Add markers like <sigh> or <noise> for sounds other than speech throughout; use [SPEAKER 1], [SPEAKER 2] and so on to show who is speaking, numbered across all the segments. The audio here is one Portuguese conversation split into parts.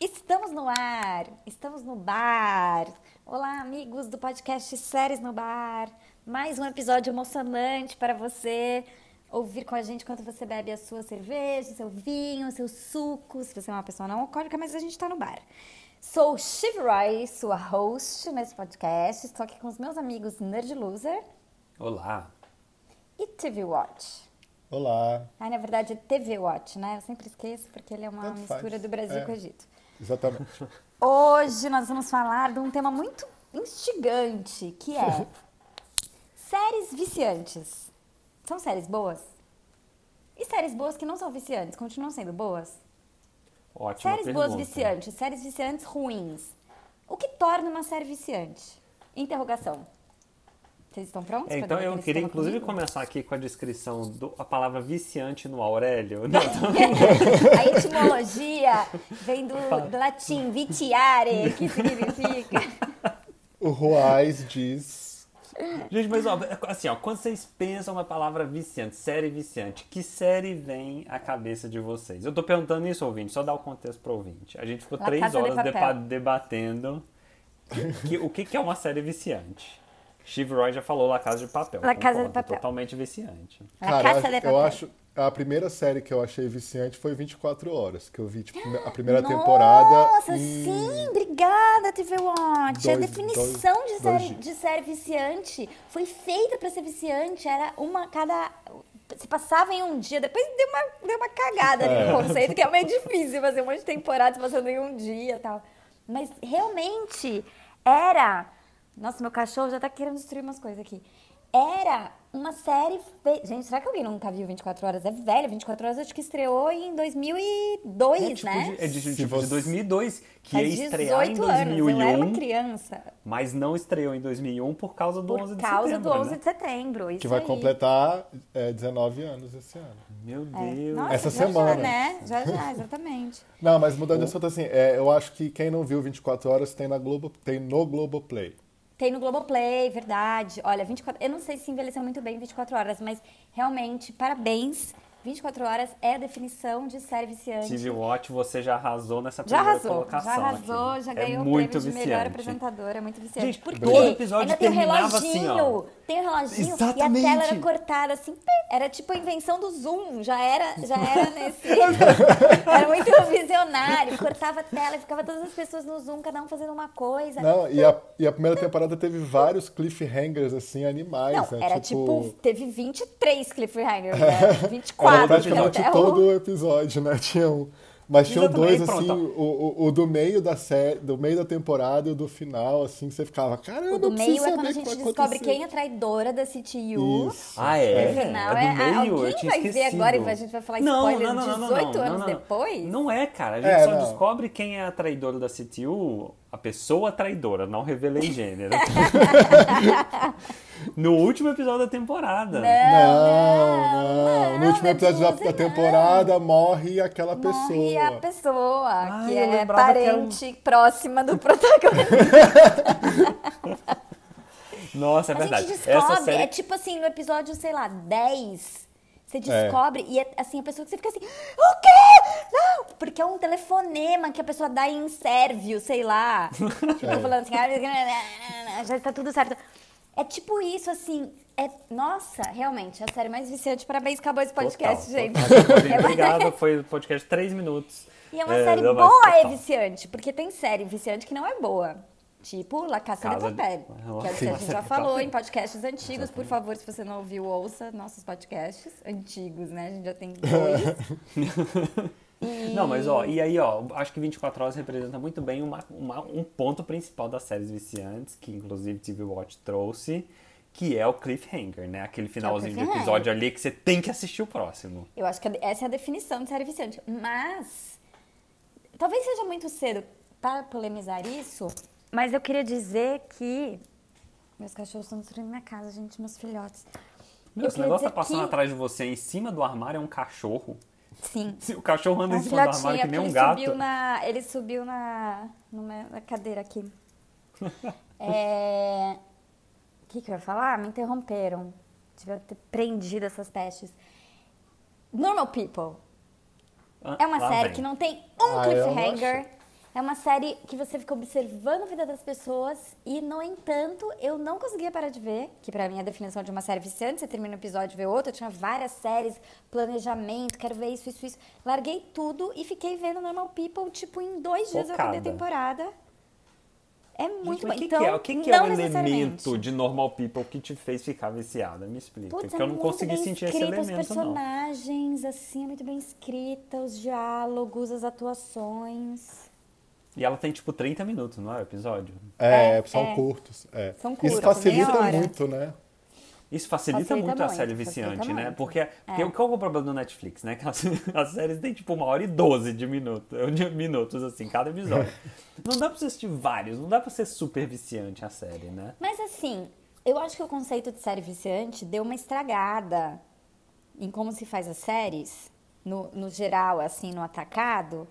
[SPEAKER 1] Estamos no ar, estamos no bar. Olá, amigos do podcast Séries no Bar. Mais um episódio emocionante para você ouvir com a gente enquanto você bebe a sua cerveja, seu vinho, seu suco, se você é uma pessoa não alcoólica, mas a gente está no bar. Sou Shiv Roy, sua host nesse podcast. Estou aqui com os meus amigos Nerd Loser
[SPEAKER 2] Olá.
[SPEAKER 1] e TV Watch.
[SPEAKER 3] Olá,
[SPEAKER 1] Ah, na verdade é TV Watch, né? Eu sempre esqueço porque ele é uma
[SPEAKER 3] Tanto
[SPEAKER 1] mistura
[SPEAKER 3] faz.
[SPEAKER 1] do Brasil
[SPEAKER 3] É.
[SPEAKER 1] com o Egito.
[SPEAKER 3] exatamente.
[SPEAKER 1] Hoje nós vamos falar de um tema muito instigante, que
[SPEAKER 2] <laughs>
[SPEAKER 1] é séries viciantes. São séries boas? E séries boas que não são viciantes, continuam sendo boas?
[SPEAKER 2] Ótima
[SPEAKER 1] séries
[SPEAKER 2] pergunta.
[SPEAKER 1] boas viciantes, séries viciantes ruins. O que torna uma série viciante? Interrogação. Vocês estão prontos? pra
[SPEAKER 2] É, então
[SPEAKER 1] debater
[SPEAKER 2] eu
[SPEAKER 1] esse
[SPEAKER 2] queria
[SPEAKER 1] tema
[SPEAKER 2] inclusive
[SPEAKER 1] comigo?
[SPEAKER 2] começar aqui com a descrição do a palavra viciante no Aurélio. <laughs>
[SPEAKER 1] <laughs>
[SPEAKER 2] Não, <laughs>
[SPEAKER 1] A etimologia vem do latim vitiare, que significa.
[SPEAKER 3] O Ruais diz.
[SPEAKER 2] gente, mas ó, assim, ó, quando vocês pensam na palavra viciante, série viciante, que série vem à cabeça de vocês? Eu tô perguntando isso, ouvinte, só dar o contexto pro ouvinte. A gente ficou
[SPEAKER 1] La
[SPEAKER 2] três
[SPEAKER 1] Casa de
[SPEAKER 2] horas
[SPEAKER 1] Papel.
[SPEAKER 2] deba- debatendo que- que- o que, que é uma série viciante. Steve Roy já falou La Casa de Papel.
[SPEAKER 1] La Casa de
[SPEAKER 2] concordo,
[SPEAKER 1] Papel.
[SPEAKER 2] Totalmente viciante.
[SPEAKER 1] La
[SPEAKER 3] Cara,
[SPEAKER 1] Casa de
[SPEAKER 3] eu
[SPEAKER 1] Papel.
[SPEAKER 3] acho. A primeira série que eu achei viciante foi 24 Horas, que eu vi, tipo, a primeira
[SPEAKER 1] Nossa,
[SPEAKER 3] temporada. em-
[SPEAKER 1] sim, obrigada, TV Watch. a
[SPEAKER 3] dois-
[SPEAKER 1] definição de,
[SPEAKER 3] dois-
[SPEAKER 1] série,
[SPEAKER 3] dois
[SPEAKER 1] de série viciante foi feita pra ser viciante. Era uma a cada. Se passava em um dia, depois deu uma, deu uma cagada ali no <laughs> conceito, que é meio difícil fazer um monte de temporada passando em um dia e tal. Mas realmente era. Nossa, meu cachorro já tá querendo destruir umas coisas aqui. Era uma série. fe- Gente, será que alguém nunca viu 24 Horas? É velha, 24 Horas acho que estreou em 2002,
[SPEAKER 2] É tipo,
[SPEAKER 1] né?
[SPEAKER 2] de, é de,
[SPEAKER 3] Se
[SPEAKER 2] tipo de
[SPEAKER 3] você-
[SPEAKER 2] 2002, que
[SPEAKER 1] Faz
[SPEAKER 2] ia estrear em
[SPEAKER 1] 18 anos, eu era uma
[SPEAKER 2] 2001,
[SPEAKER 1] criança.
[SPEAKER 2] mas não estreou em 2001 por causa do
[SPEAKER 1] Por
[SPEAKER 2] 11 de
[SPEAKER 1] causa
[SPEAKER 2] setembro,
[SPEAKER 1] do 11
[SPEAKER 2] né?
[SPEAKER 1] de setembro. Isso
[SPEAKER 3] Que vai
[SPEAKER 1] aí.
[SPEAKER 3] completar é, 19 anos esse ano.
[SPEAKER 2] Meu
[SPEAKER 1] É.
[SPEAKER 2] Deus.
[SPEAKER 1] Nossa,
[SPEAKER 3] Essa
[SPEAKER 1] já,
[SPEAKER 3] semana.
[SPEAKER 1] Já, né? Já, já, exatamente.
[SPEAKER 3] Não, mas mudando de assunto assim, é, eu acho que quem não viu 24 Horas tem, na Globo, tem no Globoplay.
[SPEAKER 1] Tem no Globoplay, verdade. Olha, 24... Eu não sei se envelheceu muito bem 24 horas, mas realmente, parabéns. 24 horas é a definição de série viciante.
[SPEAKER 2] TV Watch, você já arrasou nessa
[SPEAKER 1] Já
[SPEAKER 2] primeira
[SPEAKER 1] arrasou, já
[SPEAKER 2] colocação.
[SPEAKER 1] arrasou,
[SPEAKER 2] aqui.
[SPEAKER 1] já ganhou
[SPEAKER 2] é
[SPEAKER 1] o
[SPEAKER 2] muito
[SPEAKER 1] prêmio de melhor
[SPEAKER 2] viciante.
[SPEAKER 1] apresentadora, é muito viciante.
[SPEAKER 2] Gente,
[SPEAKER 1] Por quê?
[SPEAKER 2] todo episódio
[SPEAKER 1] Ainda tem o
[SPEAKER 2] terminava assim,
[SPEAKER 1] reloginho,
[SPEAKER 2] ó.
[SPEAKER 1] tem o reloginho
[SPEAKER 2] Exatamente.
[SPEAKER 1] e a tela era cortada assim, pê, era tipo a invenção do Zoom, já era, já era nesse, <laughs> era muito visionário, cortava a tela e ficava todas as pessoas no Zoom, cada um fazendo uma coisa.
[SPEAKER 3] Não, e a, e a primeira temporada teve vários cliffhangers, assim, animais.
[SPEAKER 1] Não,
[SPEAKER 3] né?
[SPEAKER 1] era tipo, teve 23 cliffhangers, né?
[SPEAKER 3] <laughs> Era
[SPEAKER 1] 24
[SPEAKER 3] praticamente
[SPEAKER 1] até o-
[SPEAKER 3] todo o episódio, né? Tinha um, mas tinham
[SPEAKER 2] Exatamente,
[SPEAKER 3] dois, assim,
[SPEAKER 2] pronto.
[SPEAKER 3] o, o, o do meio da série, do meio da temporada e o do final, assim, que você ficava, cara,
[SPEAKER 1] O
[SPEAKER 3] eu
[SPEAKER 1] do
[SPEAKER 3] não preciso
[SPEAKER 1] meio é
[SPEAKER 3] saber
[SPEAKER 1] quando a
[SPEAKER 3] o que
[SPEAKER 1] gente
[SPEAKER 3] vai
[SPEAKER 1] descobre
[SPEAKER 3] acontecer.
[SPEAKER 1] quem é traidora da CTU.
[SPEAKER 3] Isso.
[SPEAKER 2] Ah, é?
[SPEAKER 1] No final,
[SPEAKER 2] é do
[SPEAKER 1] é- ah,
[SPEAKER 2] meio, eu
[SPEAKER 1] alguém
[SPEAKER 2] tinha
[SPEAKER 1] vai ver
[SPEAKER 2] esquecido.
[SPEAKER 1] agora e vai- a gente vai falar spoiler 18 anos depois?
[SPEAKER 2] Não é, cara. A gente
[SPEAKER 3] É,
[SPEAKER 2] só
[SPEAKER 3] não.
[SPEAKER 2] descobre quem é a traidora da CTU, a pessoa traidora, não revelei gênero.
[SPEAKER 1] <laughs>
[SPEAKER 2] <laughs> no último episódio da temporada.
[SPEAKER 3] Não, não.
[SPEAKER 1] Ah, não, é
[SPEAKER 3] No último episódio da,
[SPEAKER 1] Medusa,
[SPEAKER 3] da
[SPEAKER 1] não.
[SPEAKER 3] temporada morre aquela
[SPEAKER 1] Morre
[SPEAKER 3] pessoa.
[SPEAKER 1] a pessoa que
[SPEAKER 2] eu
[SPEAKER 1] é
[SPEAKER 2] lembrava que era um-
[SPEAKER 1] parente próxima do <laughs> protagonista.
[SPEAKER 2] Nossa, é
[SPEAKER 1] a
[SPEAKER 2] verdade.
[SPEAKER 1] gente
[SPEAKER 2] Essa
[SPEAKER 1] descobre,
[SPEAKER 2] série
[SPEAKER 1] é tipo assim, no episódio, sei lá, 10, você descobre e é, assim, a pessoa que você fica assim, o quê? Não! Porque é um telefonema que a pessoa dá em sérvio, sei
[SPEAKER 2] <laughs>
[SPEAKER 1] lá. Tipo,
[SPEAKER 3] É.
[SPEAKER 1] falando assim, "Ah, já está tudo certo. É tipo isso, assim. É, nossa, realmente, é a série mais viciante. Parabéns, acabou esse podcast,
[SPEAKER 2] Total,
[SPEAKER 1] gente.
[SPEAKER 2] total.
[SPEAKER 1] <laughs> É uma-
[SPEAKER 2] Obrigado, foi o podcast 3 minutos.
[SPEAKER 1] E é uma
[SPEAKER 2] É,
[SPEAKER 1] série
[SPEAKER 2] não, mas
[SPEAKER 1] boa, é
[SPEAKER 2] total.
[SPEAKER 1] viciante, porque tem série viciante que não é boa. Tipo La Caça de
[SPEAKER 2] Casa de-
[SPEAKER 1] Papel, que é o que a
[SPEAKER 2] Sim.
[SPEAKER 1] gente já falou em podcasts antigos. Por favor, se você não ouviu, ouça nossos podcasts antigos, né? A gente já
[SPEAKER 2] <laughs>
[SPEAKER 1] tem dois.
[SPEAKER 2] Não, mas ó, e aí ó, acho que 24 Horas representa muito bem uma- uma- um ponto principal das séries viciantes, que inclusive TV Watch trouxe, que é o cliffhanger, né? Aquele finalzinho de
[SPEAKER 1] é cliffhanger.
[SPEAKER 2] episódio ali que você tem que assistir o próximo.
[SPEAKER 1] Eu acho que essa é a definição de série viciante. Mas, talvez seja muito cedo para polemizar isso, mas eu queria dizer que... Meus cachorros estão destruindo minha casa, gente, meus filhotes.
[SPEAKER 2] Meu,
[SPEAKER 1] Eu
[SPEAKER 2] esse
[SPEAKER 1] queria dizer
[SPEAKER 2] negócio tá passando
[SPEAKER 1] que-
[SPEAKER 2] atrás de você em cima do armário é um cachorro. <laughs>
[SPEAKER 1] Sim,
[SPEAKER 2] Se o cachorro anda
[SPEAKER 1] É
[SPEAKER 2] em
[SPEAKER 1] um
[SPEAKER 2] cima do
[SPEAKER 1] filhotinho,
[SPEAKER 2] armário
[SPEAKER 1] é
[SPEAKER 2] que nem um
[SPEAKER 1] porque
[SPEAKER 2] gato.
[SPEAKER 1] ele subiu na, ele subiu na, numa- na cadeira aqui.
[SPEAKER 2] <laughs>
[SPEAKER 1] É, O que, que eu ia falar? Me interromperam. Devia ter prendido essas pestes. Normal People.
[SPEAKER 2] Ah,
[SPEAKER 1] É uma
[SPEAKER 2] lá
[SPEAKER 1] série
[SPEAKER 2] vem.
[SPEAKER 1] que não tem um
[SPEAKER 3] Ah, eu não
[SPEAKER 1] cliffhanger. É uma série que você fica observando a vida das pessoas e, no entanto, eu não conseguia parar de ver, que pra mim é a definição de uma série viciante, você termina um episódio e vê outro, eu tinha várias séries, planejamento, quero ver isso, isso, isso. Larguei tudo e fiquei vendo Normal People, tipo, em dois dias eu acabei a
[SPEAKER 2] Focada.
[SPEAKER 1] temporada. É muito
[SPEAKER 2] Gente,
[SPEAKER 1] bom.
[SPEAKER 2] mas o que,
[SPEAKER 1] então,
[SPEAKER 2] que é, o que que é
[SPEAKER 1] não
[SPEAKER 2] o
[SPEAKER 1] necessariamente.
[SPEAKER 2] elemento de Normal People que te fez ficar viciada? Me explica.
[SPEAKER 1] Putz,
[SPEAKER 2] porque eu
[SPEAKER 1] é
[SPEAKER 2] não
[SPEAKER 1] muito
[SPEAKER 2] consegui
[SPEAKER 1] bem
[SPEAKER 2] sentir esse
[SPEAKER 1] escrita, Os
[SPEAKER 2] elemento, não.
[SPEAKER 1] personagens, assim, é muito bem escrita, os diálogos, as atuações.
[SPEAKER 2] E ela tem tipo 30 minutos, não é? O episódio.
[SPEAKER 3] É,
[SPEAKER 1] É,
[SPEAKER 3] são
[SPEAKER 1] é.
[SPEAKER 3] curtos. é.
[SPEAKER 1] São
[SPEAKER 3] Isso
[SPEAKER 1] curtos,
[SPEAKER 3] facilita
[SPEAKER 1] meia hora.
[SPEAKER 3] muito, né?
[SPEAKER 2] Isso facilita,
[SPEAKER 1] Facilita
[SPEAKER 2] muito, a
[SPEAKER 1] muito,
[SPEAKER 2] série
[SPEAKER 1] facilita
[SPEAKER 2] viciante, né?
[SPEAKER 1] muito.
[SPEAKER 2] Porque, porque o- qual é o problema do Netflix, né? <laughs> Que as, as séries têm tipo uma hora e doze de minutos, <laughs> de minutos, assim,
[SPEAKER 1] <laughs>
[SPEAKER 2] cada episódio. não dá pra você assistir vários, não dá pra ser super viciante a série, né? <laughs>
[SPEAKER 1] Mas assim, eu acho que o conceito de série viciante deu uma estragada em como se faz as séries, no, no geral, assim, no atacado,